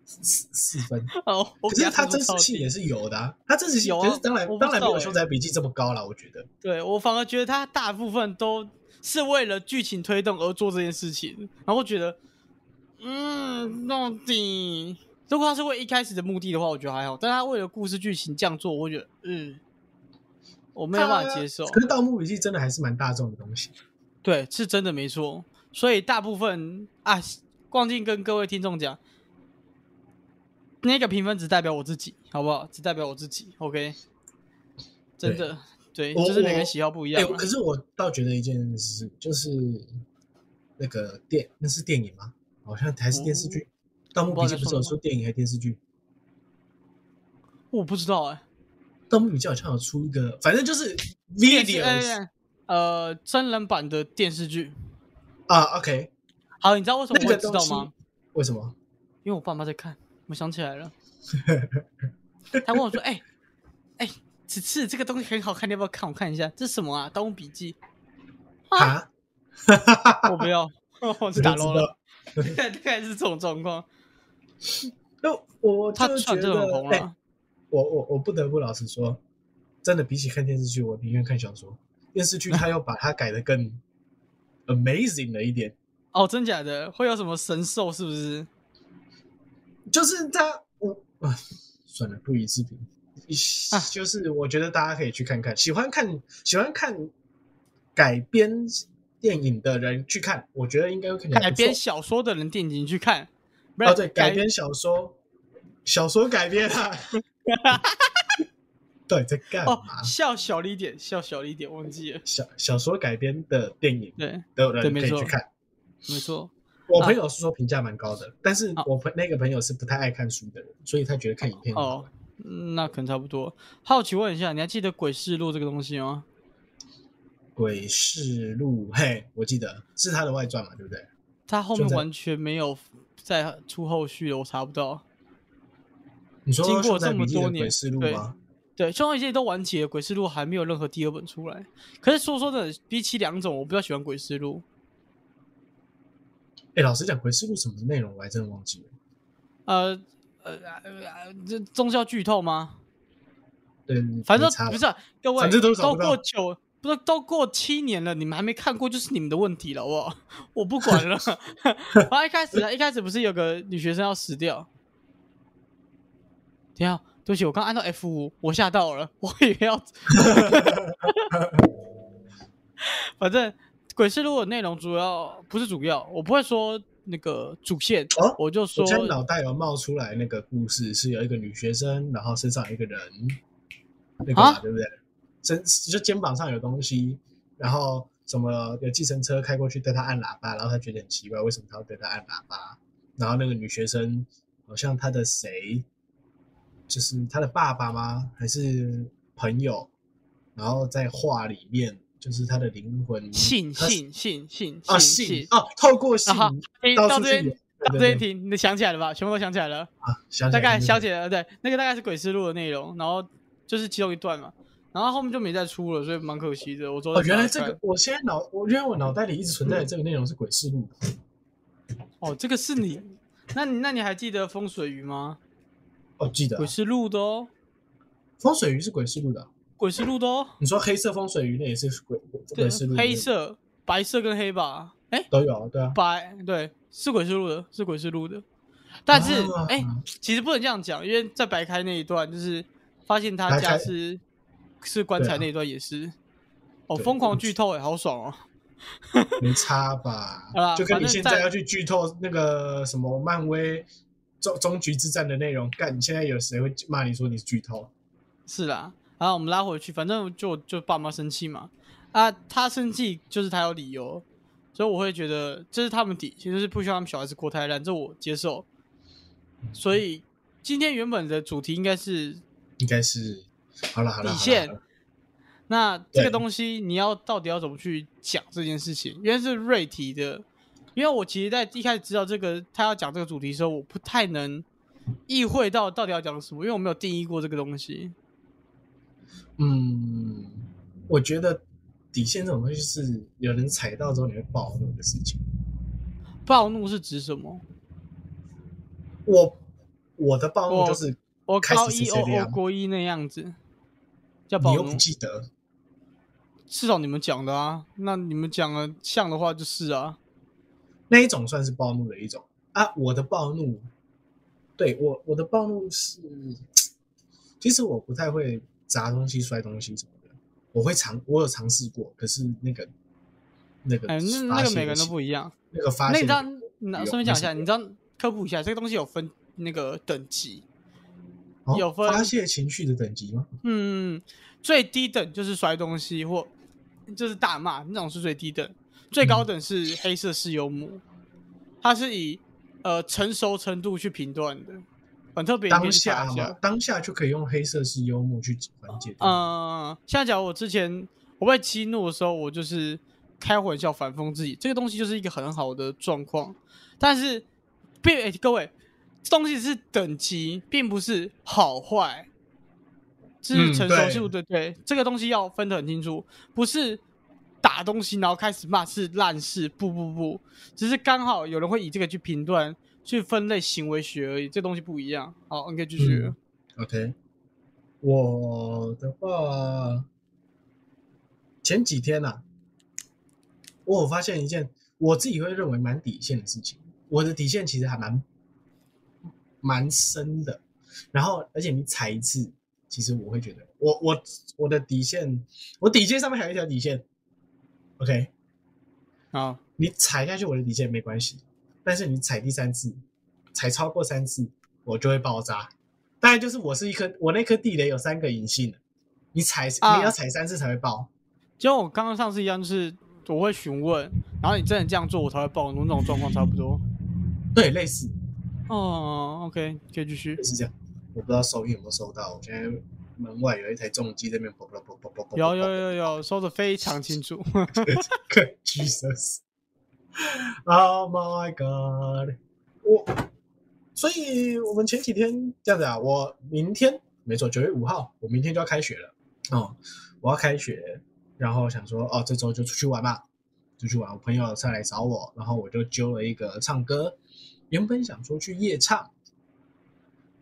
B: 四四分，
A: 哦， 我
B: 可
A: 给
B: 是它
A: 分数
B: 真实
A: 超
B: 性
A: 低
B: 也是有的啊，它真实性
A: 有啊
B: 可是当然
A: 我不
B: 当然
A: 知
B: 没
A: 道
B: 有《
A: 欸
B: 凶宅笔记》这么高了，我觉得。
A: 对我反而觉得他大部分都是为了剧情推动而做这件事情，然后觉得，嗯，到底如果他是为一开始的目的的话，我觉得还好，但他为了故事剧情这样做，我会觉得，嗯，我没有办法
B: 它
A: 接受。
B: 可是《盗墓笔记》真的还是蛮大众的东西。
A: 对，是真的没错。所以大部分啊，逛进跟各位听众讲，那个评分只代表我自己，好不好？只代表我自己，OK？真的，对，
B: 我
A: 就是每个人喜好不一
B: 哎、
A: 样啊
B: 我
A: 嘛。
B: 可是我倒觉得一件事，就是那个电，那是电影吗？好像还是电视剧，
A: 哦
B: 盗墓笔记》不是有出电影还是电视剧？
A: 我不知道哎、
B: 《盗墓笔记》好像有出一个，反正就是
A: 电视哎
B: videos
A: 呃，真人版的电视剧。
B: 啊，OK，
A: 好，你知道为什么
B: 那
A: 我会
B: 个
A: 知
B: 东
A: 道
B: 西
A: 吗？
B: 为什么？
A: 因为我爸妈在看，我想起来 了。他问我说：“哎、哎、此次这个东西很好看，你要不要看？我看一下，这是什么啊？《盗墓笔记
B: 啊？》
A: 我不要，我去打 LO 了。
B: 了。
A: 大概是这种状况，
B: 那我
A: 他
B: 就觉
A: 传这
B: 得
A: 个很，红
B: 哎、
A: 了。
B: 我我我不得不老实说，真的比起看电视剧，我宁愿看小说。电视剧它又把它改的更 amazing 了一点，
A: 哦，真假的？会有什么神兽？是不是？
B: 就是他，我啊，算了，不予置评。
A: 啊
B: 就是我觉得大家可以去看看，喜欢看喜欢看改编电影的人去看，我觉得应该会看起来
A: 改
B: 不错
A: 编小说的人电影去看，不是、
B: 哦，对，改编小说，小说改编 啊。到底在干
A: 哦
B: 嘛？，
A: 笑小了一点，笑小了一点，忘记了。
B: 小小说改编的电影
A: 对，
B: 的
A: 对
B: 人
A: 没
B: 可以
A: 错
B: 去看。
A: 没错。
B: 我
A: 啊
B: 朋友是说评价蛮高的，但是
A: 哦
B: 我朋那个朋友是不太爱看书的人，所以他觉得看影片很好
A: 哦
B: 玩。，
A: 嗯那可能差不多。好奇问一下，你还记得《鬼示录》这个东西吗？
B: 鬼事录》嘿，我记得是他的外传嘛，对不对？
A: 它后面
B: 就在
A: 完全没有再出后续了，我查不到。
B: 你说
A: 经过
B: 秀才
A: 这么
B: 笔记的
A: 多年
B: 鬼事录》吗？
A: 对，凶案一切都完结了，《鬼示录》还没有任何第二本出来。可是说说真的，比起两种，我比较喜欢《鬼示录
B: 哎，老实讲，《鬼事录》什么内容我还真的忘记了。》
A: 呃。呃呃呃，这宗教剧透吗？
B: 对，
A: 反正
B: 没差了
A: 不是啊、各位，
B: 反正都找
A: 都
B: 不到
A: 过九，不是都过七年了，你们还没看过，就是你们的问题了，好不好？我不管了。 然后一开始啊，一开始不是有个女学生要死掉？等一下，对不起，我刚按到 F 五，我吓到了，我以为要。 反正鬼事录的内容主要不是主要，我不会说那个主线，
B: 哦
A: 我就
B: 我
A: 说
B: 现在脑袋有冒出来那个故事，是有一个女学生，然后身上有一个人，那个嘛
A: 啊
B: 对不对？身就肩膀上有东西，然后什么有计程车开过去对她按喇叭，然后她觉得很奇怪，为什么她要对她按喇叭？然后那个女学生好像她的谁，就是她的爸爸吗？还是朋友？然后在画里面，就是她的灵魂
A: 信
B: 她
A: 信信信
B: 啊
A: 信
B: 信哦，透过信
A: 啊哈哎
B: 到
A: 到
B: 处
A: 这
B: 去
A: 边
B: 有。
A: 到这
B: 对对
A: 边
B: 对
A: 停，你想起来了吧？全部都想起来了。
B: 啊，想起
A: 大
B: 来
A: 概
B: 就是
A: 小姐呃，对，那个大概是《鬼思路》的内容，然后就是其中一段嘛，然后后面就没再出了，所以蛮可惜的。我昨天
B: 哦，原来这
A: 查了
B: 个，我现在脑，我原来我脑袋里一直存
A: 嗯
B: 在的这个内容是鬼事录。
A: 看哦，这个是你，那你那你还记得风水鱼吗？
B: 哦，记得啊
A: 鬼思路的哦，
B: 风水鱼是鬼事录的啊。
A: 鬼思路的哦，
B: 你说黑色风水鱼那也是鬼鬼
A: 对
B: 啊鬼事录，
A: 黑色、白色跟黑吧，哎，
B: 都有啊，对啊。
A: 白对，是鬼思路的，是鬼思路的，但是
B: 啊
A: 哎、其实不能这样讲，因为在白开那一段，就是发现他
B: 白
A: 家
B: 开
A: 是是棺
B: 对
A: 材
B: 啊
A: 那一段也是，哦，
B: 对嗯
A: 疯狂
B: 我
A: 剧透哎、好爽哦。
B: 没差吧
A: 好啦？
B: 就跟
A: 反
B: 你
A: 正
B: 现在
A: 在
B: 要去剧透那个什么漫威终终局之战的内容，干，你现在有谁会骂你说你是剧透？啊
A: 是啦，然后我们拉回去，反正就就爸妈生气嘛，啊，他生气就是他有理由，所以我会觉得这是他们底线，就是不希望他们小孩子过太烂，这我接受。
B: 嗯
A: 所以今天原本的主题应该是
B: 应该是，好了好了，
A: 底
B: 好啦
A: 线
B: 好啦
A: 那这个
B: 对
A: 东西你要到底要怎么去讲这件事情？因为是瑞提的，因为我其实在一开始知道这个他要讲这个主题的时候，我不太能意会到到底要讲什么，因为我没有定义过这个东西。
B: 嗯，我觉得底线这种东西是有人踩到之后你会暴怒的事情。
A: 暴怒是指什么？
B: 我我的暴怒
A: 我
B: 就是
A: 我
B: 开
A: 高
B: 始是
A: 一
B: 这
A: 哦哦
B: 样
A: 国一那样子，叫
B: 你
A: 暴
B: 又
A: 怒
B: 不。记得，
A: 至少你们讲的啊，那你们讲的像的话就是啊，
B: 那一种算是暴怒的一种啊。我的暴怒，对我我的暴怒是，其实我不太会砸东西、摔东西什么的，我会尝，我有尝试过，可是那个那个
A: 哎，那
B: 发
A: 那个
B: 泄
A: 每个人都
B: 的
A: 不一样。
B: 那个
A: 那
B: 发
A: 你知
B: 现
A: 道
B: 的，
A: 那
B: 有
A: 顺便讲一下，
B: 没事
A: 你知道科普一下，这个东西有分那个等级，
B: 哦
A: 有分
B: 发泄情绪的等级吗？
A: 嗯，最低等就是摔东西或就是大骂那种是最低等，最高等是黑色是幽默，它是以呃成熟程度去评断的，很特别。你可以
B: 当
A: 去查
B: 下
A: 一
B: 嘛
A: 下，，
B: 当下就可以用黑色是幽默去缓解。
A: 啊嗯、，像假如我之前我被激怒的时候，我就是开玩笑反讽自己，这个东西就是一个很好的状况。但是，并、诶各位，这东西是等级，并不是好坏，这
B: 嗯
A: 是成熟度的、对，这个东西要分得很清楚，不是。打东西，然后开始骂是烂事，不不不，只是刚好有人会以这个去评断、去分类行为学而已，这东西不一样。好，你可以继续了。
B: 嗯 OK，我的话，前几天啊，我有发现一件我自己会认为蛮底线的事情。我的底线其实还蛮蛮深的，然后而且你踩一次，其实我会觉得我我我的底线，我底线上面还有一条底线。OK，
A: 好，
B: 你踩下去我的底线没关系，但是你踩第三次，踩超过三次，我就会爆炸。大概就是我是一颗，我那颗地雷有三个隐性的，你踩、
A: 啊
B: 你要踩三次才会爆。
A: 就像我刚刚上次一样，就是我会询问，然后你真的这样做，我才会暴怒，那种状况差不多。
B: 对，类似
A: 哦，OK，可以继续
B: 类。似这样。我不知道收音有没有收到，我现在门外有一台重机在那边啵啵啵啵啵啵。
A: 有有有有，说的非常清楚。
B: Good Jesus. Oh my God. 我，所以我们前几天这样子啊，我明天没错，九月五号，我明天就要开学了。哦，我要开学，然后想说，哦，这周就出去玩吧，出去玩。我朋友上来找我，然后我就揪了一个唱歌，原本想说去夜唱。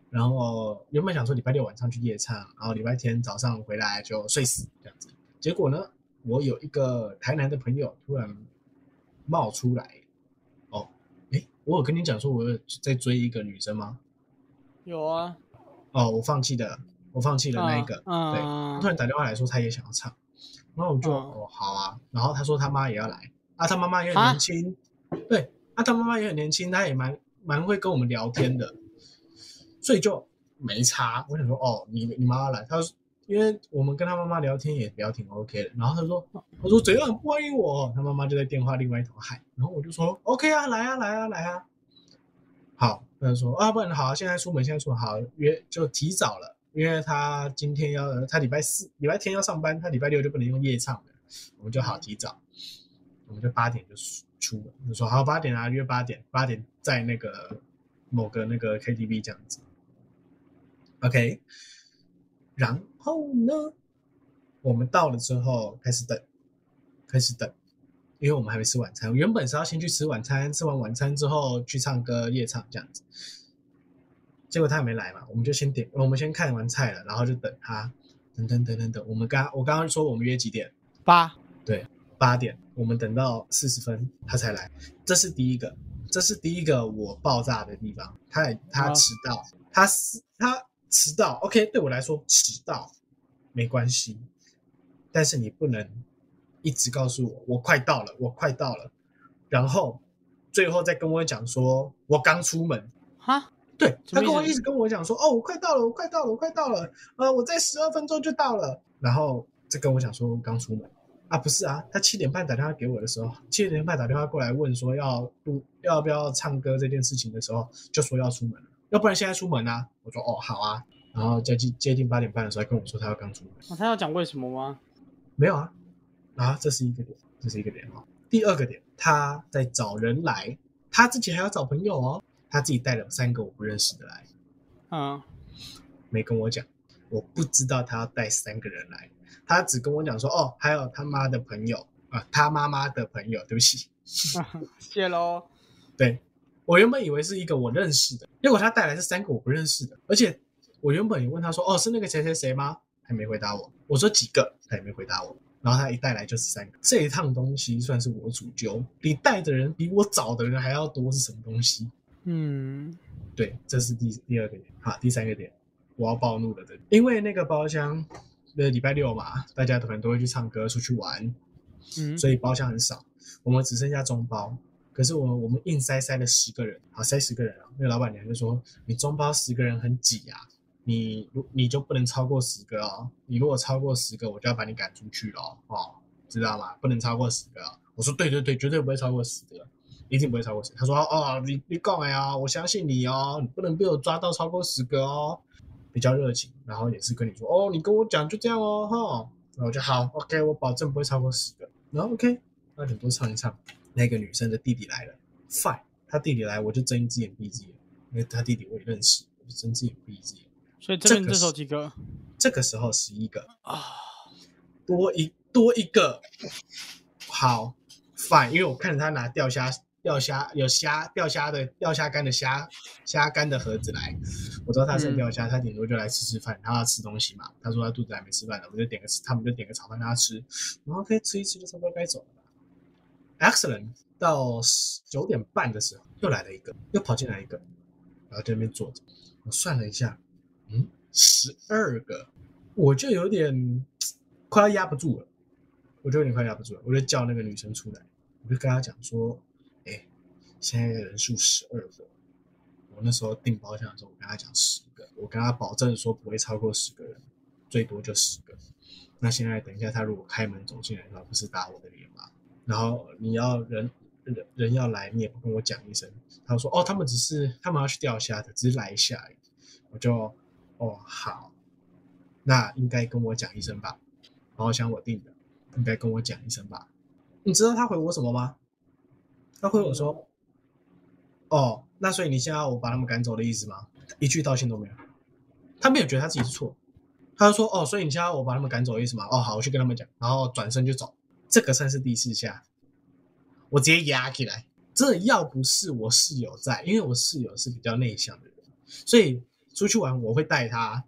B: 然后原本想说礼拜六晚上去夜唱，然后礼拜天早上回来就睡死这样子。结果呢，我有一个台南的朋友突然冒出来，哦，诶，我有跟你讲说我有在追一个女生吗？
A: 有啊，
B: 哦，我放弃的，我放弃了那一个。对他
A: 嗯
B: 突，然打电话来说他也想要唱，然后我就、
A: 嗯
B: 哦好啊，然后他说他妈也要来，啊他妈妈也很
A: 啊
B: 年轻，对，啊他妈妈也很年轻，他也蛮蛮会跟我们聊天的，所以就没差。我想说哦你你妈妈来，他说因为我们跟他妈妈聊天也聊挺 OK 的，然后他说我说怎样不欢迎我，他妈妈就在电话另外一头喊，然后我就说 OK 啊来啊来啊来啊，好，他说啊，不然好啊，现在出门，现在出门好，约就提早了，因为他今天要，他礼拜四、礼拜天要上班，他礼拜六就不能用夜唱了，我们就好提早，我们就八点就出出门，就说好八点啊，约八点，八点在那个某个那个 KTV 这样子，OK，然后呢，我们到了之后开始等，开始等，因为我们还没吃晚餐，原本是要先去吃晚餐，吃完晚餐之后去唱歌夜唱这样子。结果他还没来嘛，我们就先点，我们先看完菜了，然后就等他，等等等等等。我们刚我刚刚说我们约几点？
A: 八
B: 八点，我们等到四十分他才来，这是第一个，这是第一个我爆炸的地方。他也他
A: 好
B: 迟到，他是他迟到，OK，对我来说迟到没关系，但是你不能一直告诉我我快到了，我快到了，然后最后再跟我讲说我刚出门，
A: 哈，
B: 对
A: 什
B: 他
A: 么
B: 跟
A: 意
B: 我
A: 思
B: 一直跟我讲说，哦，我快到了，我快到了，我快到了，呃，我在十二分钟就到了，然后再跟我讲说我刚出门啊，不是啊，他七点半打电话给我的时候，七点半打电话过来问说要录要不要唱歌这件事情的时候，就说要出门了，要不然现在出门啊，我说哦好啊，然后接近接近八点半的时候还跟我说他要刚出门，
A: 哦他要讲为什么吗？
B: 没有啊，啊，这是一个点，这是一个点哦。第二个点，他在找人来，他自己还要找朋友哦，他自己带了三个我不认识的来。
A: 嗯，
B: 没跟我讲，我不知道他要带三个人来，他只跟我讲说，哦，还有他妈的朋友啊、他妈妈的朋友，对不起，
A: 谢喽。
B: 对我原本以为是一个我认识的，结果他带来是三个我不认识的，而且我原本也问他说，哦，是那个谁谁谁吗？还没回答我，我说几个，他也没回答我。然后他一带来就是三个，这一趟东西算是我主揪，你带的人比我找的人还要多是什么东西？
A: 嗯，
B: 对，这是第第二个点。好，第三个点，我要暴怒了的，因为那个包厢，呃，礼拜六嘛，大家可能都会去唱歌、出去玩，
A: 嗯，
B: 所以包厢很少，我们只剩下中包。可是我我们硬塞塞了十个人，好塞十个人啊，那个老板娘就说你中包十个人很挤啊，你如你就不能超过十个哦，你如果超过十个，我就要把你赶出去了哦哦，知道吗？不能超过十个哦。我说对对对，绝对不会超过十个，一定不会超过十。他说哦，你你讲呀、我相信你哦，你不能被我抓到超过十个哦。比较热情，然后也是跟你说哦，你跟我讲就这样哦哈，然后我就好，OK，我保证不会超过十个。然后 OK，那顶多唱一唱。那个女生的弟弟来了，fine，他弟弟来我就睁一只眼闭一只眼，因为他弟弟我也认识，我就睁一只眼闭一只眼。
A: 所以这边
B: 这个
A: 这
B: 是
A: 手几个
B: 这个时候十一个，
A: 啊？
B: 多一多一个，好，fine，因为我看着他拿钓虾、钓虾有虾、钓虾的钓虾干的虾、虾干的盒子来，我知道他是
A: 嗯
B: 钓虾，他顶多就来吃吃饭，他要吃东西嘛，他说他肚子还没吃饭呢，我就点个他们就点个炒饭让他吃，然后可以吃一吃就差不多该走了吧。Excellent，到九点半的时候又来了一个，又跑进来一个，然后在那边坐着，我算了一下，嗯，十二个，我就有点快要压不住了，我就有点快压不住了，我就叫那个女生出来，我就跟她讲说，哎、现在人数十二个，我那时候订包厢的时候，我跟她讲十个，我跟她保证说不会超过十个人，最多就十个。那现在等一下，她如果开门走进来的话，不是打我的脸吗？然后你要人人人要来，你也不跟我讲一声。他说哦，他们只是他们要去钓虾的，只是来一下而已。我就哦好，那应该跟我讲一声吧。好想我定的，应该跟我讲一声吧。你知道他回我什么吗？他回我说：“哦，那所以你现在要我把他们赶走的意思吗？”一句道歉都没有，他没有觉得他自己是错，他就说：“哦，所以你现在要我把他们赶走的意思吗？”哦，好，我去跟他们讲，然后转身就走。这个算是第四下，我直接压起来。这要不是我室友在，因为我室友是比较内向的人，所以出去玩我会带他，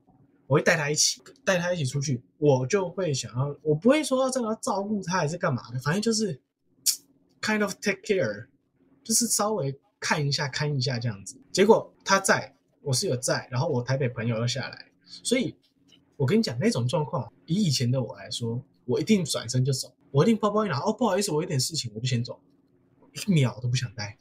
B: 我会带他一起，带他一起出去，我就会想要，我不会说真的要照顾他还是干嘛的，反正就是 kind of take care，就是稍微看一下看一下这样子。结果他在，我室友在，然后我台北朋友又下来，所以我跟你讲那种状况，以以前的我来说，我一定转身就走，我一定包包一拿，哦不好意思，我有点事情，我就先走，一秒都不想待，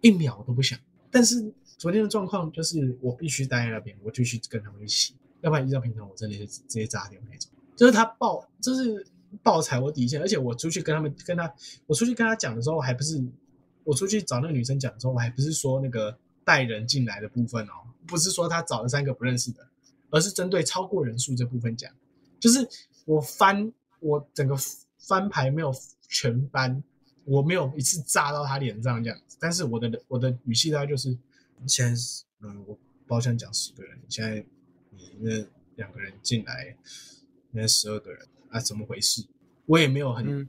B: 一秒都不想。但是昨天的状况就是我必须待在那边，我就去跟他们一起，要不然依照平常我真的是直接炸掉那种。就是他爆，就是爆踩我底线，而且我出去跟他们跟他，我出去跟他讲的时候，我还不是我出去找那个女生讲的时候，我还不是说那个带人进来的部分哦，不是说他找了三个不认识的，而是针对超过人数这部分讲，就是我翻我整个翻牌没有全翻，我没有一次炸到他脸上这样子，但是我的我的语气大概就是，现在是嗯，我包厢讲十个人，现在你那两个人进来，那十二个人啊，怎么回事？我也没有很
A: 嗯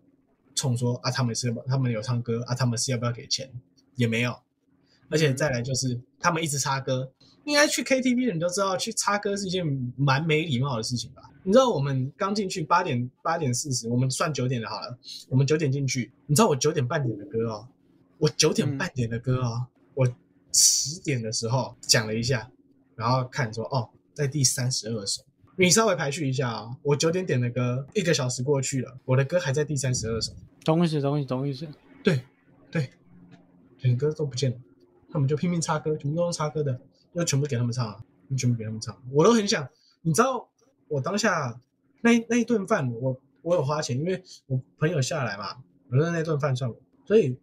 B: 冲说、啊，他们是要不要他们有唱歌啊，他们是要不要给钱？也没有，而且再来就是他们一直插歌，应该去 KTV 的人都知道，去插歌是一件蛮没礼貌的事情吧？你知道我们刚进去八点八点四十，我们算九点的好了，我们九点进去，你知道我九点半点的歌哦，我九点半点的歌哦，我十点的时候讲了一下，然后看说哦，在第三十二首。你稍微排序一下啊、我九点点的歌，一个小时过去了，我的歌还在第三十二首。
A: 懂意思，懂意思，懂意思。
B: 对，对，整个都不见了，他们就拼命插歌，全部都用插歌的，要全部给他们唱啊，全部给他们唱。我都很想，你知道，我当下那一那一顿饭我，我有花钱，因为我朋友下来嘛，我说那顿饭算我，所以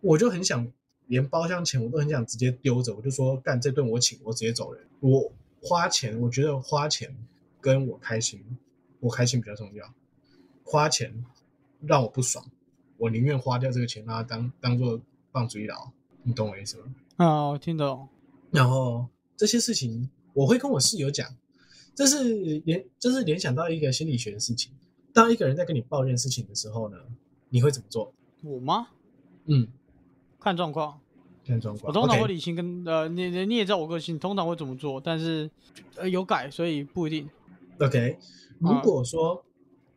B: 我就很想，连包厢钱我都很想直接丢着，我就说干这顿我请，我直接走人。我花钱，我觉得花钱跟我开心，我开心比较重要，花钱让我不爽。我宁愿花掉这个钱，让它当当做棒槌佬，你懂我意思吗？
A: 啊，我听懂。
B: 然后这些事情我会跟我室友讲，这是联这是联想到一个心理学的事情。当一个人在跟你抱怨事情的时候呢，你会怎么做？
A: 我吗？
B: 嗯，
A: 看状况。
B: 看状况。
A: 我通常会
B: OK，
A: 理性跟呃，你你你也知道我个性，通常会怎么做，但是呃有改，所以不一定。
B: OK，如
A: 啊
B: 果说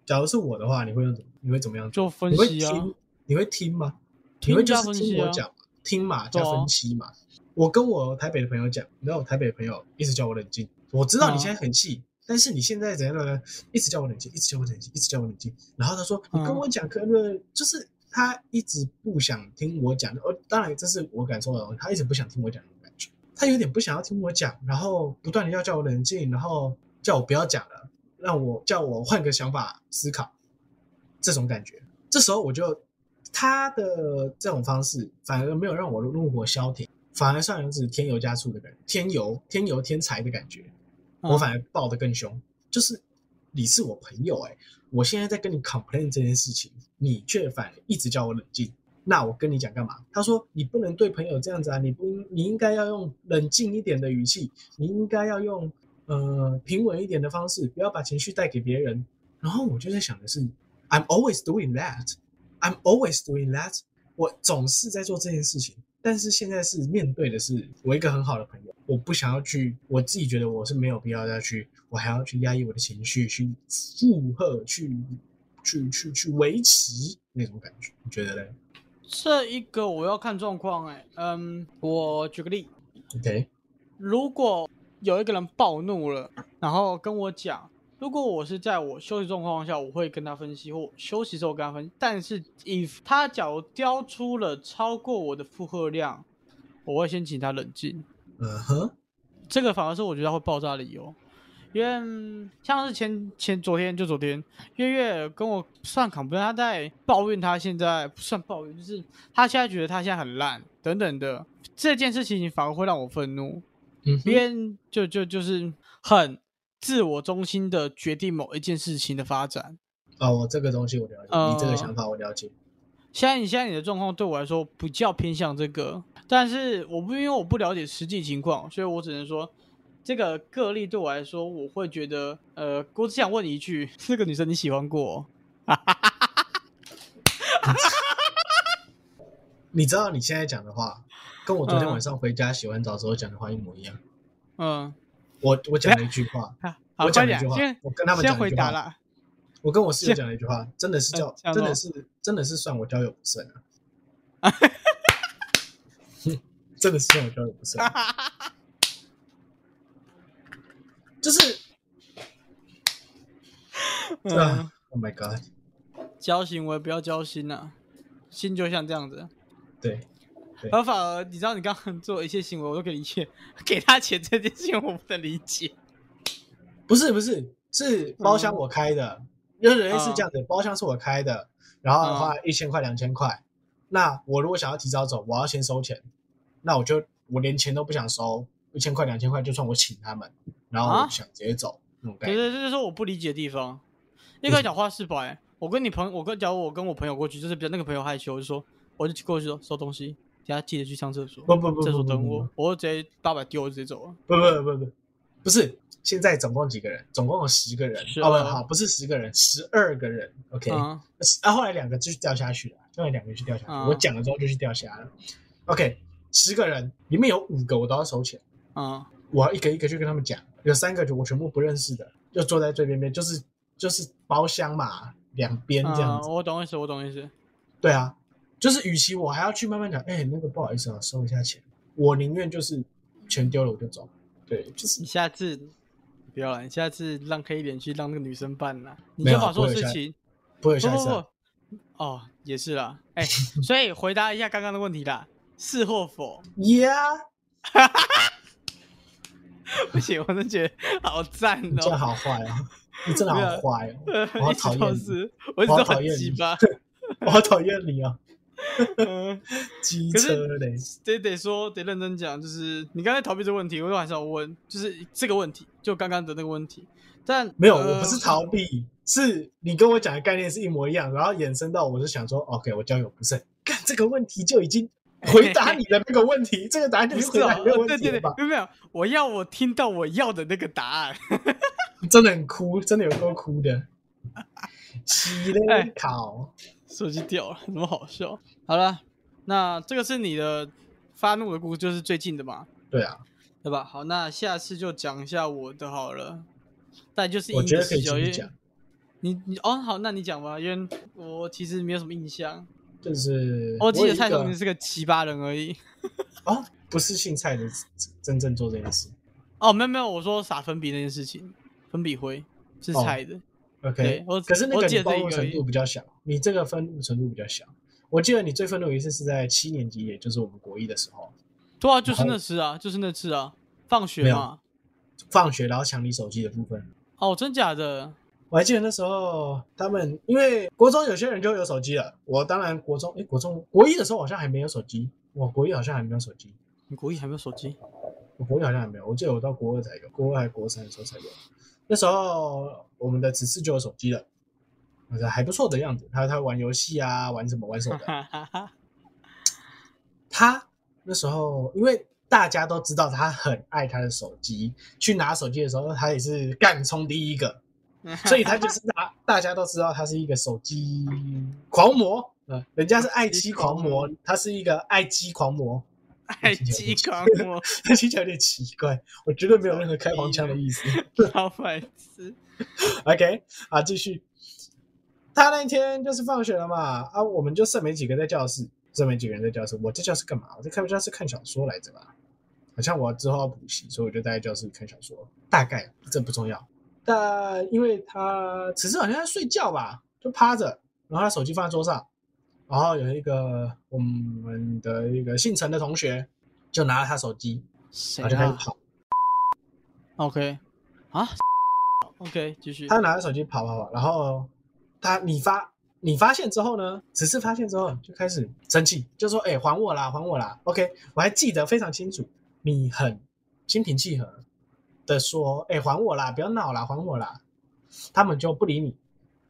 B: 假如是我的话，你会用怎么你会怎么样做？
A: 就分
B: 你会
A: 析啊，
B: 听？你会听吗？你
A: 听
B: 会就
A: 加
B: 是
A: 分
B: 听
A: 析
B: 我
A: 啊。
B: 讲嘛，听嘛加分析嘛。我跟我台北的朋友讲，你知道我台北的朋友一直叫我冷静，我知道
A: 哦
B: 你现在很气，但是你现在怎样呢？一直叫我冷静，一直叫我冷静，一直叫我冷静。然后他说你
A: 嗯
B: 跟我讲可乐，就是他一直不想听我讲。哦，当然这是我感受到的，他一直不想听我讲的感觉。他有点不想要听我讲，然后不断的要叫我冷静，然后叫我不要讲了，让我叫我换个想法思考，这种感觉。这时候我就他的这种方式反而没有让我怒火消停，反而算有子添油加醋的感觉，添油添油添柴的感觉。
A: 嗯
B: 我反而爆得更凶，就是你是我朋友哎、我现在在跟你 complain 这件事情，你却反而一直叫我冷静。那我跟你讲干嘛？他说你不能对朋友这样子啊，你不应你应该要用冷静一点的语气，你应该要用呃平稳一点的方式，不要把情绪带给别人。然后我就在想的是，I'm always doing that, I'm always doing that，我总是在做这件事情。但是现在是面对的是我一个很好的朋友，我不想要去，我自己觉得我是没有必要再去，我还要去压抑我的情绪，去附和，去去去去维持那种感觉，你觉得嘞
A: 这一个我要看状况哎，嗯，我举个例，
B: ？OK，
A: 如果有一个人暴怒了，然后跟我讲，如果我是在我休息状况下，我会跟他分析，或休息时候跟他分析。但是，if 他假如标出了超过我的负荷量，我会先请他冷静。
B: 嗯哼，
A: 这个反而是我觉得他会爆炸的理由，因为嗯像是前前昨天就昨天，月月跟我算扛不他在抱怨他现在不算抱怨，就是他现在觉得他现在很烂等等的这件事情，反而会让我愤怒。
B: 嗯
A: 因
B: 哼，
A: 为就就就是很自我中心的决定某一件事情的发展。
B: 哦，我这个东西我了解，
A: 哦
B: 你这个想法我了解。
A: 现在你现在你的状况对我来说比较偏向这个，但是我不因为我不了解实际情况，所以我只能说这个个例对我来说，我会觉得呃，我只想问你一句，这个女生你喜欢过哦？
B: 你知道你现在讲的话，跟我昨天晚上回家洗完澡之后讲的话一模一样。
A: 嗯，
B: 我我讲了一句话，
A: 啊好，快
B: 我讲了一
A: 点
B: 句，话
A: 先，
B: 我跟他们
A: 先
B: 讲了
A: 回
B: 一句
A: 答
B: 话，
A: 啦。
B: 我跟我室友
A: 先
B: 讲了一句话，真的是叫
A: 嗯，讲
B: 真的
A: 哦
B: 是真的是算我交友不慎啊。 真的是算我交友不慎，啊 就是对
A: 嗯
B: 啊，，Oh my God，
A: 交行为不要交心啊，心就像这样子。
B: 对，
A: 而反而你知道你刚刚做一些行为，我都可以理解。 给他钱这件事情我不能理解。
B: 不是不是是
A: 嗯
B: 包厢我开的，因为人类是这样子，包厢是我开的，然
A: 嗯
B: 后的话一千块两千块，那我如果想要提早走，我要先收钱，那我就我连钱都不想收，一千块两千块就算我请他们，然后
A: 啊
B: 我想直接走那种
A: 对
B: 感觉，
A: 对，这就是我不理解的地方。一个讲话是白，我跟你朋友，我跟假如我跟我朋友过去，就是比较那个朋友害羞，我就说我就过去说收东西，等下记得去上厕所，
B: 不不不
A: 厕
B: 不
A: 所
B: 不
A: 等
B: 不
A: 我，我就直接八百丢，我就直接走了。
B: 不不不不，不是，现在总共几个人？总共有十个人。
A: 十
B: 哦，
A: 二
B: 不好，不是十个人，十二个人。OK，那、
A: 嗯
B: 啊、后来两个就掉下去了，后来两个就掉下去。
A: 嗯
B: 我讲了之后就去掉下了。OK，十个人里面有五个我都要收钱，
A: 嗯，
B: 我要一个一个去跟他们讲。有三个就我全部不认识的，就坐在最边边，就是就是包厢嘛，两边这样
A: 嗯
B: 子。
A: 我懂意思，我懂意思。
B: 对啊，就是与其我还要去慢慢讲，哎、那个不好意思啊，收一下钱，我宁愿就是钱丢了我就走。对，就是
A: 你下次不要了，你下次让黑脸去让那个女生办啦，你
B: 没
A: 就
B: 有啊
A: 把所有
B: 不会有
A: 事
B: 下
A: 情
B: 不会有
A: 不
B: 下一
A: 不
B: 次、啊。
A: 不，哦，也是啦，哎、所以回答一下刚刚的问题啦，是或否？
B: Yeah，
A: 不行，我真觉得好赞
B: 你真的
A: 哦，
B: 好坏 哦，你真的好坏哦，
A: 呃
B: 我好
A: 一
B: 讨
A: 直
B: 厌
A: 都
B: 你
A: 是，我一直
B: 我好
A: 都
B: 讨
A: 很
B: 厌
A: 鸡
B: 你
A: 巴。
B: 我好讨厌你哦，
A: 嗯
B: 机
A: 可
B: 车
A: 是
B: 嘞，
A: 得得说得认真讲，就是你刚才逃避这个问题，我都还是要问，就是这个问题，就刚刚的那个问题。但
B: 没有，
A: 呃
B: 我不是逃避，是你跟我讲的概念是一模一样，然后衍生到我是想说，OK，我交友不慎，干这个问题就 已经回答你的那个问题，这个答案就
A: 不
B: 是
A: 是
B: 回
A: 哦，
B: 答你的
A: 呃
B: 问
A: 对
B: 题
A: 对对
B: 了吧，？
A: 没有没有，我要我听到我要的那个答案。
B: 真的很哭，真的有够哭的，洗嘞
A: 哎
B: 考，
A: 手机掉了，怎么好笑？好了，那这个是你的发怒的故事，就是最近的嘛，
B: 对啊，
A: 对吧？好，那下次就讲一下我的好了，但就是
B: 我
A: 因
B: 觉
A: 的
B: 得可
A: 视
B: 以
A: 角，
B: 继
A: 因
B: 续
A: 为
B: 讲，
A: 你你哦好，那你讲吧，因为我其实没有什么印象，
B: 就是
A: 我记
B: 有
A: 得
B: 一
A: 蔡
B: 个
A: 崇林是哦个奇葩人而已。
B: 哦，不是姓蔡的真正做这件事
A: 哦，没有没有，我说撒粉笔那件事情，粉笔灰是
B: 哦
A: 猜的，
B: ，OK
A: 对。我
B: 可是那
A: 我
B: 个
A: 记
B: 你
A: 得
B: 暴
A: 这一
B: 露
A: 个而
B: 程
A: 已
B: 度比较小，你这个愤怒程度比较小。我记得你最愤怒一次是在七年级，也就是我们国一的时候。
A: 对啊，就是那次啊，就是那次啊，放学
B: 没有
A: 嘛。
B: 放学然后抢你手机的部分。
A: 哦，真假的？
B: 我还记得那时候他们，因为国中有些人就有手机了，我当然国中，哎，国中国一的时候好像还没有手机，我国一好像还没有手机，
A: 你国一还没有手机？
B: 我国一好像还没有，我记得我到国二才有，国二还国三的时候才有。那时候我们的子嗣就有手机了，我觉得还不错的样子。他他玩游戏啊，玩什么玩手游。
A: 哈哈哈。
B: 他那时候因为大家都知道他很爱他的手机，去拿手机的时候，他也是干冲第一个，所以他就是拿大家都知道他是一个手机狂魔。呃，人家是爱嗯机狂魔，他是一个爱机狂魔，
A: 爱机狂魔，
B: 听起来有点奇怪。我绝对没有任何开黄腔的意思。
A: 老白痴。
B: OK，啊，继续。他那一天就是放学了嘛，啊，我们就剩没几个在教室，剩没几个人在教室。我在教室干嘛？我在看教室看小说来着吧？好像我之后要补习，所以我就待在教室看小说。大概这不重要，但因为他此时好像在睡觉吧，就趴着，然后他手机放在桌上，然后有一个我们的一个姓陈的同学就拿了他手机，
A: 谁
B: 然后就开始
A: 啊
B: 跑。
A: ？OK，啊？OK，继续。
B: 他拿着手机跑跑跑，然后他你发你发现之后呢，只是发现之后就开始生气，就说：“哎、还我啦，还我啦！”OK，我还记得非常清楚，你很心平气和的说：“哎、还我啦，不要闹啦，还我啦！”他们就不理你，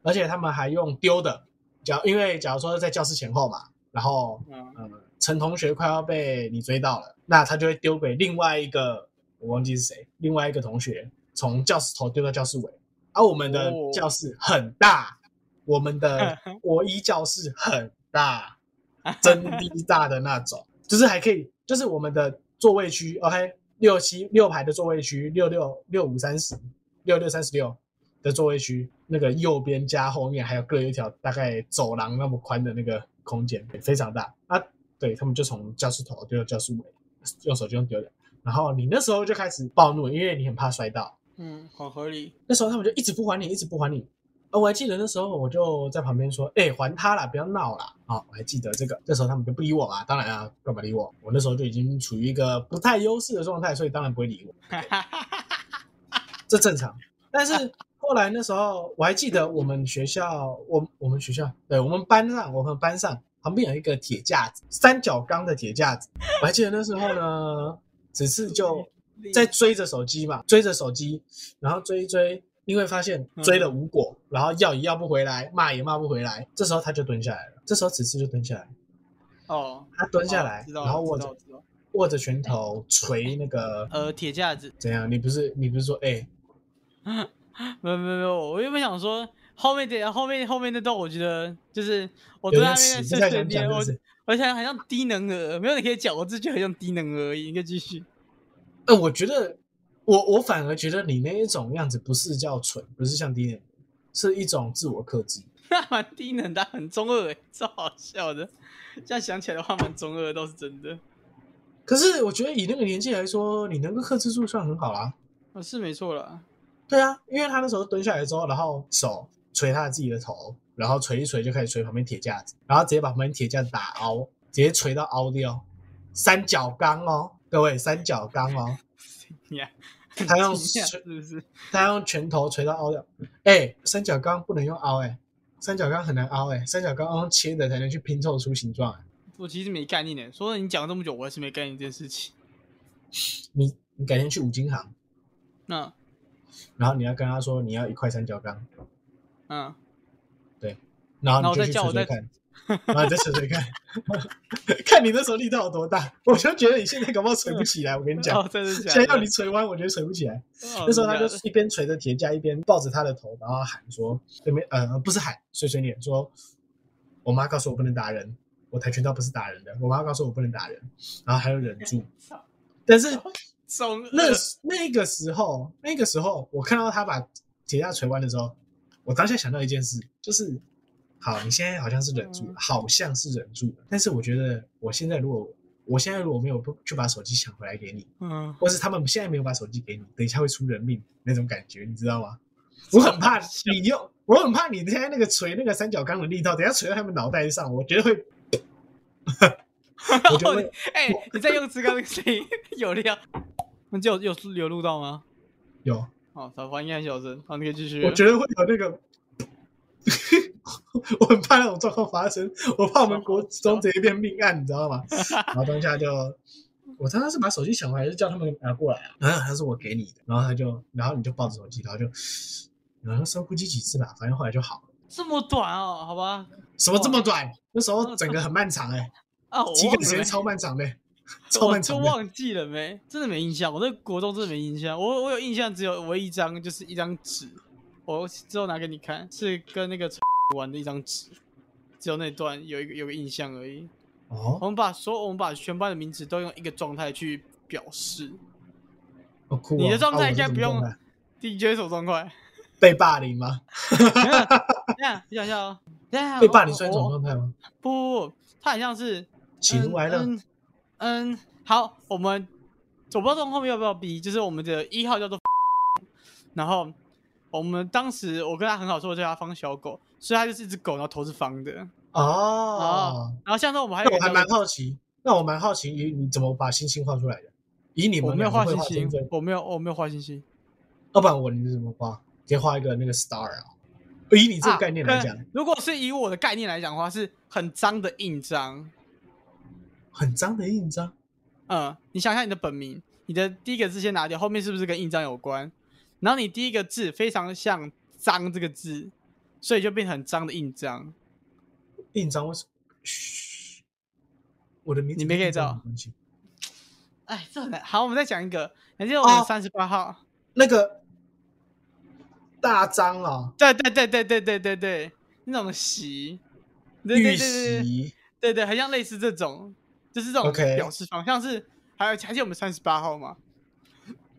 B: 而且他们还用丢的，假因为假如说在教室前后嘛，然后
A: 嗯
B: 呃，陈同学快要被你追到了，那他就会丢给另外一个，我忘记是谁，另外一个同学从教室头丢到教室尾。而、我们的
A: 哦
B: 教室很大，我们的国一教室很大， 真的大的那种，就是还可以，就是我们的座位区，OK，六七六排的座位区，六六六五三十，六六三十六的座位区，那个右边加后面还有各一条大概走廊那么宽的那个空间，非常大啊。对他们就从教室头丢到教室尾，用手机用丢的。然后你那时候就开始暴怒，因为你很怕摔到，
A: 嗯，很合理。
B: 那时候他们就一直不还你，一直不还你。啊，我还记得那时候我就在旁边说：“哎、还他啦，不要闹啦！”啊、我还记得这个。那时候他们就不理我嘛，当然啊，干嘛理我？我那时候就已经处于一个不太优势的状态，所以当然不会理我。这正常。但是后来那时候我还记得我们学校，我我们学校，对我们班上，我们班上旁边有一个铁架子，三角钢的铁架子。我还记得那时候呢，只是就在追着手机嘛，追着手机，然后追一追，因为发现
A: 嗯
B: 追了无果，然后要也要不回来，骂也骂不回来，这时候他就蹲下来了。这时候子嗣就蹲下来，
A: 哦，
B: 他蹲下来
A: 哦，知道了
B: 然后握
A: 知道
B: 着
A: 了知道了
B: 握着拳头捶那个
A: 呃铁架子。
B: 怎样？你不是你不是说哎、
A: 没有没有没有，我原本想说后面这后面后面那段，我觉得就是我对
B: 有
A: 他
B: 点
A: 面
B: 迟，
A: 的碎
B: 不太
A: 碎
B: 想讲
A: 念，我
B: 是不是？
A: 我想很像低能儿，没有你可以讲，我自己很像低能儿而已。你可以继续。
B: 呃，我觉得我我反而觉得你那一种样子不是叫蠢，不是像低能，是一种自我克制。
A: 那蛮低能的，很中二哎， 超好笑的。这样想起来的话，蛮中二的，倒是真的。
B: 可是我觉得以那个年纪来说，你能够克制住算很好啦。
A: 啊，是没错啦。
B: 对啊，因为他那时候蹲下来之后，然后手捶他自己的头，然后捶一捶就开始捶旁边铁架子，然后直接把旁边铁架子打凹，直接捶到凹掉。三角钢哦，各位三角钢哦，
A: 你呀、很
B: 他用
A: 惊讶
B: 水
A: 是不是？
B: 他用拳头捶到凹掉。哎、三角钢不能用凹哎、三角钢很难凹哎、三角钢要用切的才能去拼凑出形状、哎。
A: 我其实没概念呢。欸说了你讲了这么久，我还是没概念这件事情。
B: 你你改天去五金行，
A: 那
B: 然后你要跟他说你要一块三角钢，
A: 嗯，
B: 然后
A: 那我
B: 你就
A: 再
B: 去
A: 叫
B: 捶
A: 我
B: 捶
A: 再
B: 看，然后你再捶捶看，看 你那时候力道有多大。我就觉得你现在搞不好捶不起来，我跟你讲，
A: 哦，真的假
B: 现
A: 的？
B: 在要你捶弯，我觉得捶不起来。
A: 哦
B: 那时候他
A: 真的
B: 就
A: 假的
B: 一边捶着铁架，一边抱着他的头，然后喊说：“对面呃，不是喊，碎碎念说，我妈告诉我不能打人，我跆拳道不是打人的，我妈告诉我不能打人，然后还要忍住。但是
A: 中二
B: 那时那个时候，那个时候我看到他把铁架捶弯的时候，我当下想到一件事，就是，好，你现在好像是忍住了
A: 嗯，
B: 好像是忍住了，但是我觉得我现在如果我现在如果没有不去把手机抢回来给你，
A: 嗯，
B: 或是他们现在没有把手机给你，等一下会出人命那种感觉，你知道吗？我很怕你用，我很怕你现在那个捶那个三角钢的力道，等一下捶到他们脑袋上，我觉得会我觉得
A: 哎、你在用词刚那个声音有料，那就有有有录到吗？
B: 有，
A: 好，好，欢迎按小声，好，你可以继续了。
B: 我觉得会有那个， 我很怕那种状况发生，我怕我们国中直接变命案，你 知道吗？然后当下就，我当时是把手机抢回来，就叫他们拿过来啊。然后他说我给你的，然后他就，然后你就抱着手机，然后就，然后深呼吸几次吧，反正后来就好了。
A: 这么短哦，好吧。
B: 什么这么短？那时候整个很漫长哎、
A: 啊，哦 我
B: 体
A: 忘
B: 感时
A: 了
B: 间
A: 没，
B: 超 漫长的、超
A: 我
B: 漫
A: 就
B: 长的。
A: 忘记了没，真的没印象。我对国中真的没印象，我我有印象只有唯一一张，就是一张纸，我之后拿给你看，是跟那个 玩的一张纸，只有那段有一个有个印象而已。
B: 哦，
A: 我们把所有我们把全班的名字都用一个状态去表示。
B: 好酷哦！
A: 你的状态
B: 啊
A: 应该不用
B: 我是什么状态
A: 你觉得什么状态？
B: 被霸凌吗？
A: 这样你想一下哦，等一下
B: 被霸凌算一
A: 我
B: 种
A: 我
B: 状态吗？
A: 不不不，它很像是
B: 喜怒哀乐。
A: 嗯嗯嗯，好，我们我不知道从后面要不要逼，就是我们的一号叫做， 然后我们当时我跟他很好说，我叫他方小狗，所以他就是一只狗，然后头是方的。
B: 哦，
A: 然后像是我们还有
B: 那
A: 一
B: 我
A: 个
B: 还
A: 叫
B: 蛮
A: 做
B: 好奇，那我蛮好奇你你怎么把星星画出来的？以你
A: 我
B: 们
A: 没有
B: 两
A: 画
B: 个会
A: 星
B: 画
A: 星
B: 天分，，
A: 我没有我没有画星星。
B: 要不然我你是怎么画？直接画一个那个 star 啊？以你这个概念来
A: 啊
B: 讲，
A: 跟如果是以我的概念来讲的话，是很脏的印章。
B: 很脏的印章。
A: 嗯，你想想你的本名，你的第一个字先拿掉，后面是不是跟印章有关？然后你第一个字非常像“脏”这个字，所以就变成很脏的印章。
B: 印章为什么？嘘，我的名字
A: 你没
B: 跟
A: get
B: 印章
A: 到
B: 没关系
A: 哎，这很难。好，我们再讲一个，还记得我们
B: 哦
A: 三十八号？
B: 那个大章啊，
A: 对对对对对对对对，那种席，对
B: 玉
A: 对对对
B: 玺
A: 对对，很像类似这种，就是这种
B: OK
A: 表示方向是。还有还记得我们三十八号吗？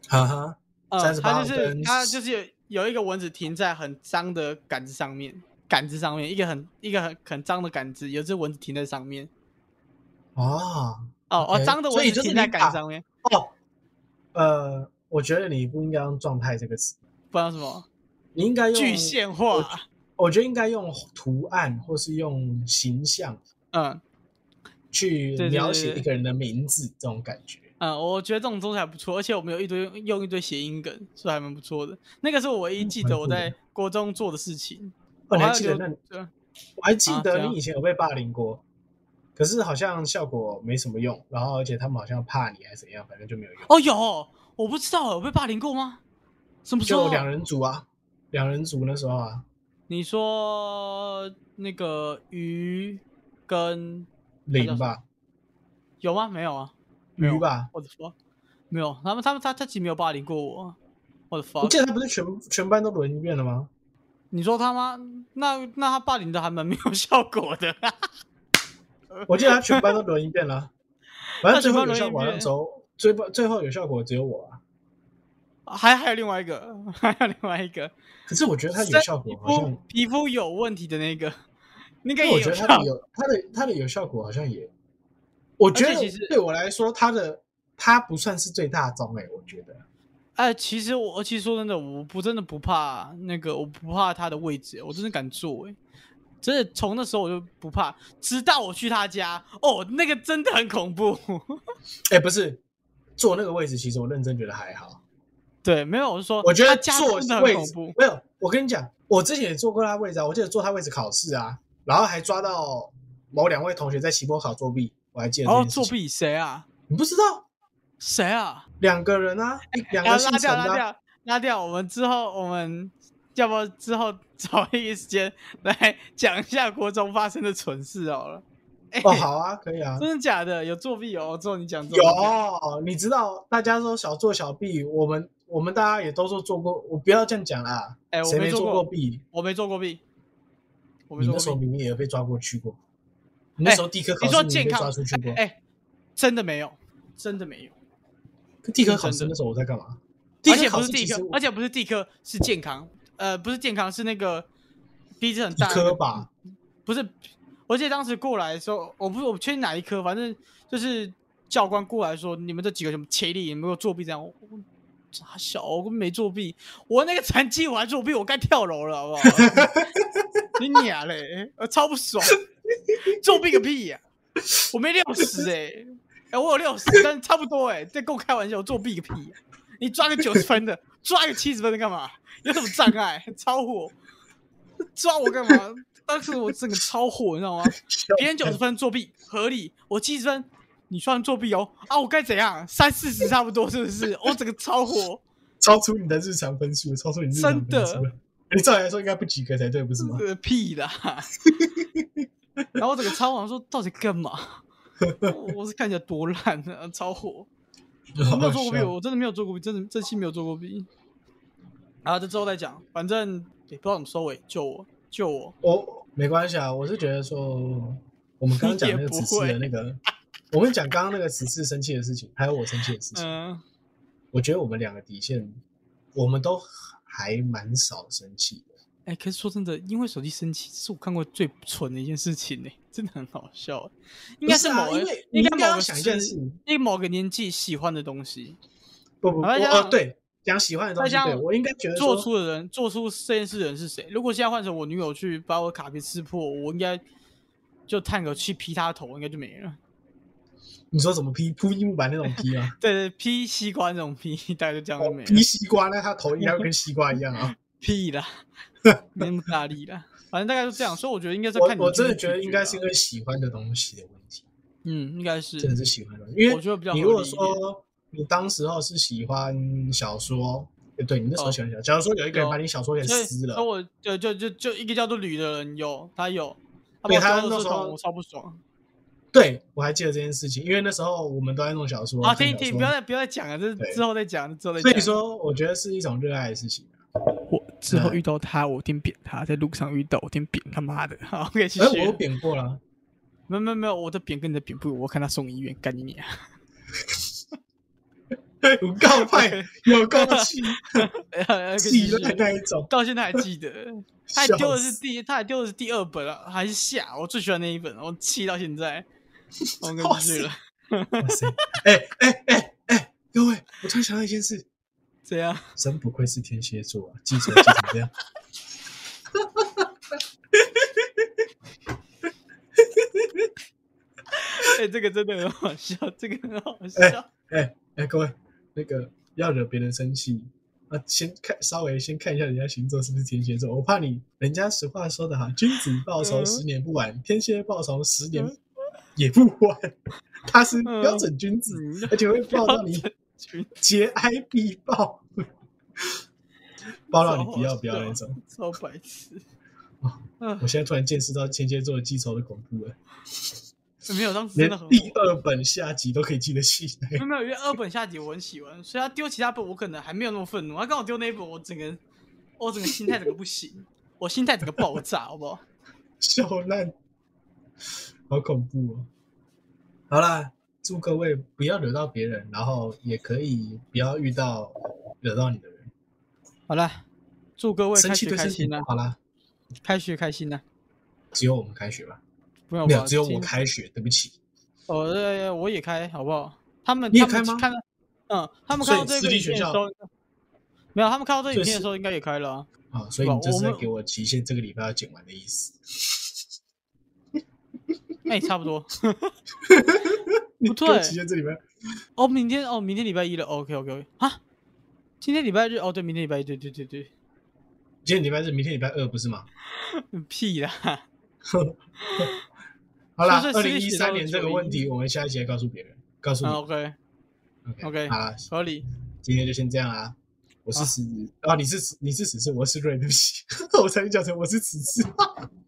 B: 哈哈，
A: 呃，
B: 38
A: 它就是
B: 跟
A: 它就是有有一个蚊子停在很脏的杆子上面，杆子上面一个很一个很很脏的杆子，有只蚊子停在上面。
B: 哦
A: 哦哦，
B: OK，
A: 脏的
B: 所
A: 蚊
B: 以
A: 子
B: 就是
A: 停
B: 你
A: 在
B: 把
A: 杆上面，
B: 哦，呃，我觉得你不应该用状态这个词，
A: 不知道什么
B: 你应该用
A: 具现化。
B: 我觉得应该用图案或是用形象
A: 嗯
B: 去
A: 对对
B: 描
A: 对
B: 写
A: 对
B: 一个人的名字，这种感觉。
A: 嗯，我觉得这种东西还不错，而且我们有一堆用一堆谐音梗，所以还蛮不错的。那个是我唯一记得我在国中做的事情。
B: 哦，
A: 我
B: 你还
A: 有
B: 记得
A: 留
B: 那你？
A: 对
B: 我还记
A: 啊怎
B: 得
A: 样
B: 你以前有被霸凌过，可是好像效果没什么用，然后而且他们好像怕你还是怎样，反正就没有用。
A: 哦，有，我不知道我被霸凌过吗？什么时
B: 就
A: 候？
B: 两人组啊，两人组那时候啊，
A: 你说那个鱼跟
B: 零吧，
A: 有吗？没有啊，没
B: 鱼
A: 有
B: 吧。
A: 我的 fuck，没有，他们他们他他其实没有霸凌过我，我的
B: 我
A: fuck，
B: 记得他不是全全班都轮一遍 了吗？
A: 你说他吗？那那他霸凌的还蛮没有效果的，
B: 我记得他全班都轮一遍了，啊反正最后有效果
A: 他全班轮一遍
B: 那时候，最后最后有效果只有我啊。
A: 还还有另外一个，还有另外一个，
B: 可是我觉得他有
A: 身
B: 效
A: 皮
B: 果好像
A: 肤皮肤有问题的那个，那个
B: 但
A: 也
B: 我觉
A: 有
B: 得
A: 效
B: 它，的有它的它的有效果好像也，我觉
A: 而
B: 得
A: 且其实
B: 对我来说，它的它不算是最大宗哎、我觉得
A: 哎，其实我，其实说真的，我不真的不怕那个，我不怕他的位置，我真的敢坐哎、真的从那时候我就不怕，直到我去他家，哦，那个真的很恐怖。
B: 哎、不是坐那个位置，其实我认真觉得还好，
A: 对，没有，我是说，
B: 我觉
A: 他
B: 得
A: 家
B: 坐
A: 真的
B: 位
A: 很恐
B: 置
A: 怖。
B: 没有，我跟你讲，我之前也坐过他位置啊，我记得坐他位置考试啊，然后还抓到某两位同学在期末考作弊，我还记得
A: 然后
B: 这件事
A: 哦作
B: 情，
A: 弊谁啊？
B: 你不知道
A: 谁啊？
B: 两个人啊，一
A: 然
B: 两个
A: 后
B: 姓
A: 哎拉
B: 陈
A: 掉，
B: 的
A: 拉
B: 啊、
A: 掉，拉掉。我们之后，我们要不要之后 找一个时间来 讲一下国中发生的蠢事好了？哎、
B: 哦，好啊，可以啊，
A: 真的假的？有作弊哦？之后你讲作弊
B: 有，你知道大家说小做小弊，我们我们大家也都说做过，我不要这样讲啦。
A: 哎我
B: 谁
A: 没
B: 没
A: 做
B: 过
A: 过
B: 弊？
A: 我没做过弊，我没
B: 你那时
A: 做
B: 候
A: 过弊。哎
B: 明明也有被抓过去过，你那时候地科考
A: 你说
B: 试你也
A: 健
B: 被
A: 康
B: 抓出去过。
A: 哎、真的没有，真的没有。
B: 可地科
A: 是
B: 考
A: 真
B: 试
A: 的
B: 那时候我在干嘛？
A: 而且
B: 考
A: 不
B: 试
A: 是
B: 其
A: 地
B: 实
A: 科，而且不是地科，是健康。呃，不是健康，是那个鼻子很
B: 理
A: 大。
B: 科吧，
A: 不是，我记得当时过来的时候，我不是我不确定哪一科，反正就是教官过来说，你们这几个什么切力，你们有没有作弊这样。我我傻小，我根本没作弊，我那个成绩我还作弊，我该跳楼了，好不 好？你你俩嘞，我超不爽，作弊个屁呀、我没六十哎，哎，我有六十，但是差不多哎、欸，在跟我开玩笑，我作弊个屁、啊！你抓个九十分的，抓一个七十分的干嘛？有什么障碍？超火，抓我干嘛？当时我整个超火，你知 道吗？别人九十分作弊合理，我七十分，你算作弊哦啊！我该怎样？三四十差不多是不是？我整个超 火，
B: 超出你的日常分数，超出你日常分数
A: 真的。
B: 你照理来说应该不及格才对，不是吗？
A: 这屁啦！然后我整个超火，说到底干嘛？我我是看起来多烂啊，超火！我没有做过弊，
B: 好好笑
A: 我真的没有做过弊，真的真心没有做过弊。然后这之后再讲，反正也不知道怎么收尾，救我，救 我！
B: 我没关系啊，我是觉得说，我们刚刚讲那个此次的那个，我们讲刚刚那个此次生气的事情，还有我生气的事情，
A: 嗯，
B: 我觉得我们两个底线，我们都还蛮少生气的。
A: 哎、可是说真的，因为手机生气是我看过最蠢的一件事情呢、真的很好笑、欸应该
B: 不是啊
A: 某个
B: 因为你
A: 应
B: 一
A: 该
B: 定要
A: 某个
B: 想一件
A: 时
B: 事情，
A: 因为某个年纪喜欢的东西，
B: 不不不，
A: 好再加
B: 哦
A: 上
B: 对，讲喜欢的东西，
A: 再加
B: 对
A: 上
B: 我应该觉得
A: 做
B: 说，
A: 出的人做出这件事的人是谁？如果现在换成我女友去把我的卡片撕破，我应该就叹口气劈她头，应该就没了。
B: 你说什么劈铺木板那种劈 啊，
A: 对对，劈西瓜那种劈， 大概就这样就
B: 哦
A: 没了。
B: 劈西瓜，那他头应该会跟西瓜一样啊。
A: 屁啦，没那么大力啦。反正大概 就这样，所以我觉得应该是看你
B: 我我
A: 自
B: 真
A: 己
B: 的觉得
A: 去
B: 应该
A: 啦
B: 是因为喜欢的东西的问题，
A: 嗯，应该啊是
B: 真的是喜欢的东西，因为
A: 我觉得比较
B: 你
A: 合
B: 如果
A: 理一点
B: 说你当时候是喜欢小说，呃对你那时候喜欢小说，假如说有一个人把你小说给
A: 哦所以
B: 撕了
A: 那，我就就就就一个叫做吕的人有，他有，他把
B: 对
A: 我
B: 他
A: 丢
B: 那
A: 垃圾
B: 时候
A: 桶，我超不爽。
B: 对我还记得这件事情，因为那时候我们都在弄小说，
A: 好，
B: 看
A: 停
B: 小
A: 哦停，
B: 说
A: 不要再不要再讲了，这
B: 对
A: 之后再讲，之后再
B: 所
A: 讲。
B: 以说我觉得是一种热爱的事情。
A: 我之后
B: 嗯
A: 遇到他，我一定扁他，在路上遇到我一定扁他妈的。好，OK，继
B: 哎，我
A: 续
B: 有。贬过了，
A: 没有没有没有，我的扁跟你的扁不一样，我看他送医院，干你娘！
B: 有 告派有告气 气
A: 继续
B: 的那一种，
A: 到现在还记 得，他还丢的是第，他还丢的是第二本啊，还是下，我最喜欢那一本，我气到现 在，我跟不去了，
B: 哇塞！ 哎哎哎哎，各位，我突然想到一件事，
A: 这样
B: 真不愧是天蝎座啊，记者记成 这样。
A: 哎、这个真的很好笑，这个很好笑。
B: 哎哎哎，各位，那个要惹别人生气啊，先看稍微先看一下人家星座是不是天蝎座，我怕你人家俗话说得好，君子报仇
A: 嗯
B: 十年不晚，天蝎报仇十年也不晚，他是标准君子，
A: 嗯
B: 而且会报 到你
A: 群
B: 节哀必 报，报到你不要不要
A: 超好
B: 那
A: 笑
B: 种。
A: 超白痴
B: 啊。
A: 嗯、
B: 我现在突然见识到天蝎座的记仇的恐怖了，
A: 没有，当时真
B: 连
A: 的很
B: 第二本下集都可以记得起来
A: 没。有没有，因为二本下集我很喜欢，所以他丢其他本我可能还没有那么愤怒，他刚好丢那一本，我整个我整个心态整个不行，我心态整个爆炸，好不好？
B: 笑烂，好恐怖哦！好啦，祝各位不要惹到别人，然后也可以不要遇到惹到你的人。
A: 好了，祝各位
B: 生
A: 开
B: 气
A: 学
B: 对
A: 开
B: 身体
A: 心
B: 不
A: 啊！
B: 好啦，
A: 开学开心啊！
B: 只有我们开学吧？
A: 不用
B: 没
A: 吧
B: 有，只有我
A: 今
B: 开学。对不起，
A: 哦，对，我也开，好不好？他们
B: 你也
A: 他们
B: 开吗
A: 看到，嗯，他们
B: 所
A: 看
B: 以
A: 到这
B: 私
A: 个
B: 立
A: 影
B: 学
A: 片的
B: 校
A: 时候，没有，他们看到这
B: 所
A: 影
B: 以
A: 片的
B: 是
A: 时候应该也开了、啊。
B: 啊，所以
A: 哇
B: 你这是
A: 我
B: 在
A: 们
B: 给我期限这个礼拜要剪完的意思。
A: 哎、差不多。
B: 你
A: 不
B: 给我
A: 对
B: 期限这礼拜
A: 哦，明天哦，明天礼拜一了。OK OK OK 啊，今天礼拜日哦，对，明天礼拜一，对对对对，
B: 今天礼拜日，明天礼拜二，不是吗？
A: 嗯屁啦，
B: 好啦，
A: 所
B: 二
A: 以所
B: 零
A: 以
B: 一
A: 私立学
B: 三
A: 校
B: 年这个问题，我们下一节告诉别人，告诉
A: 嗯
B: 你。
A: OK OK
B: 好啦，
A: 合理。
B: 今天就先这样啦。我是
A: 好
B: 此子啊，你是此你是此次，我是瑞，对不起， 我才讲成我是此 次。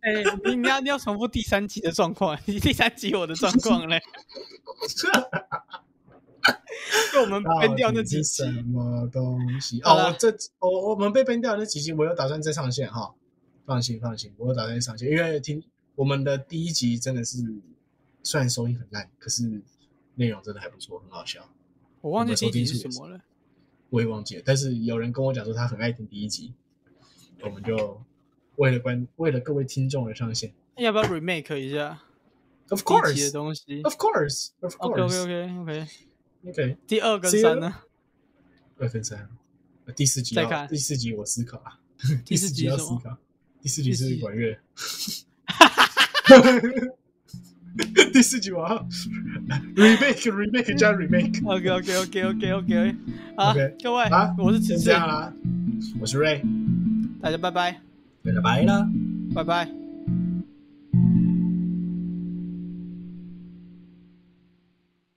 A: 哎、你你要你要重复第三集的状况， 你第三集我的状况 嘞，就我们
B: 到
A: 分掉那
B: 底啊是
A: 几集
B: 什。么东西？
A: 好
B: 哦，
A: 啦
B: 我这我我们被编掉的那几集，我有打算再上线哈。放心放心，我有打算再上线，因为听我们的第一集真的是，虽然收音很烂，可是内容真的还不错，很好笑。
A: 我忘记
B: 我们
A: 第
B: 收
A: 一集是
B: 听数
A: 什
B: 也
A: 么了。
B: 我也忘记了，但是有人跟我讲说他很爱听第一集，我们就为了观为了各位听众而上线。
A: 要不要 remake 一下
B: Of
A: 第一集的
B: course,
A: 东西
B: of course, of
A: ？OK OK
B: course.
A: OK OK。
B: OK，
A: 第二跟
B: See
A: 三
B: you
A: 呢？
B: 二分三，呃第四集
A: 再
B: 要
A: 看
B: 第四集我思考啊，
A: 第
B: 四
A: 四
B: 集
A: 集
B: 要
A: 是什
B: 思
A: 么？
B: 考，第四集
A: 第四
B: 是
A: 集
B: 管乐。第四集我要 remake remake 加 remake，
A: OK OK OK OK OK，好
B: 嗯 OK，
A: 各位，
B: 好
A: 我是
B: 先
A: 此次
B: 这，样啦。我是 Ray，
A: 大家拜拜，
B: 拜拜啦。
A: 拜拜。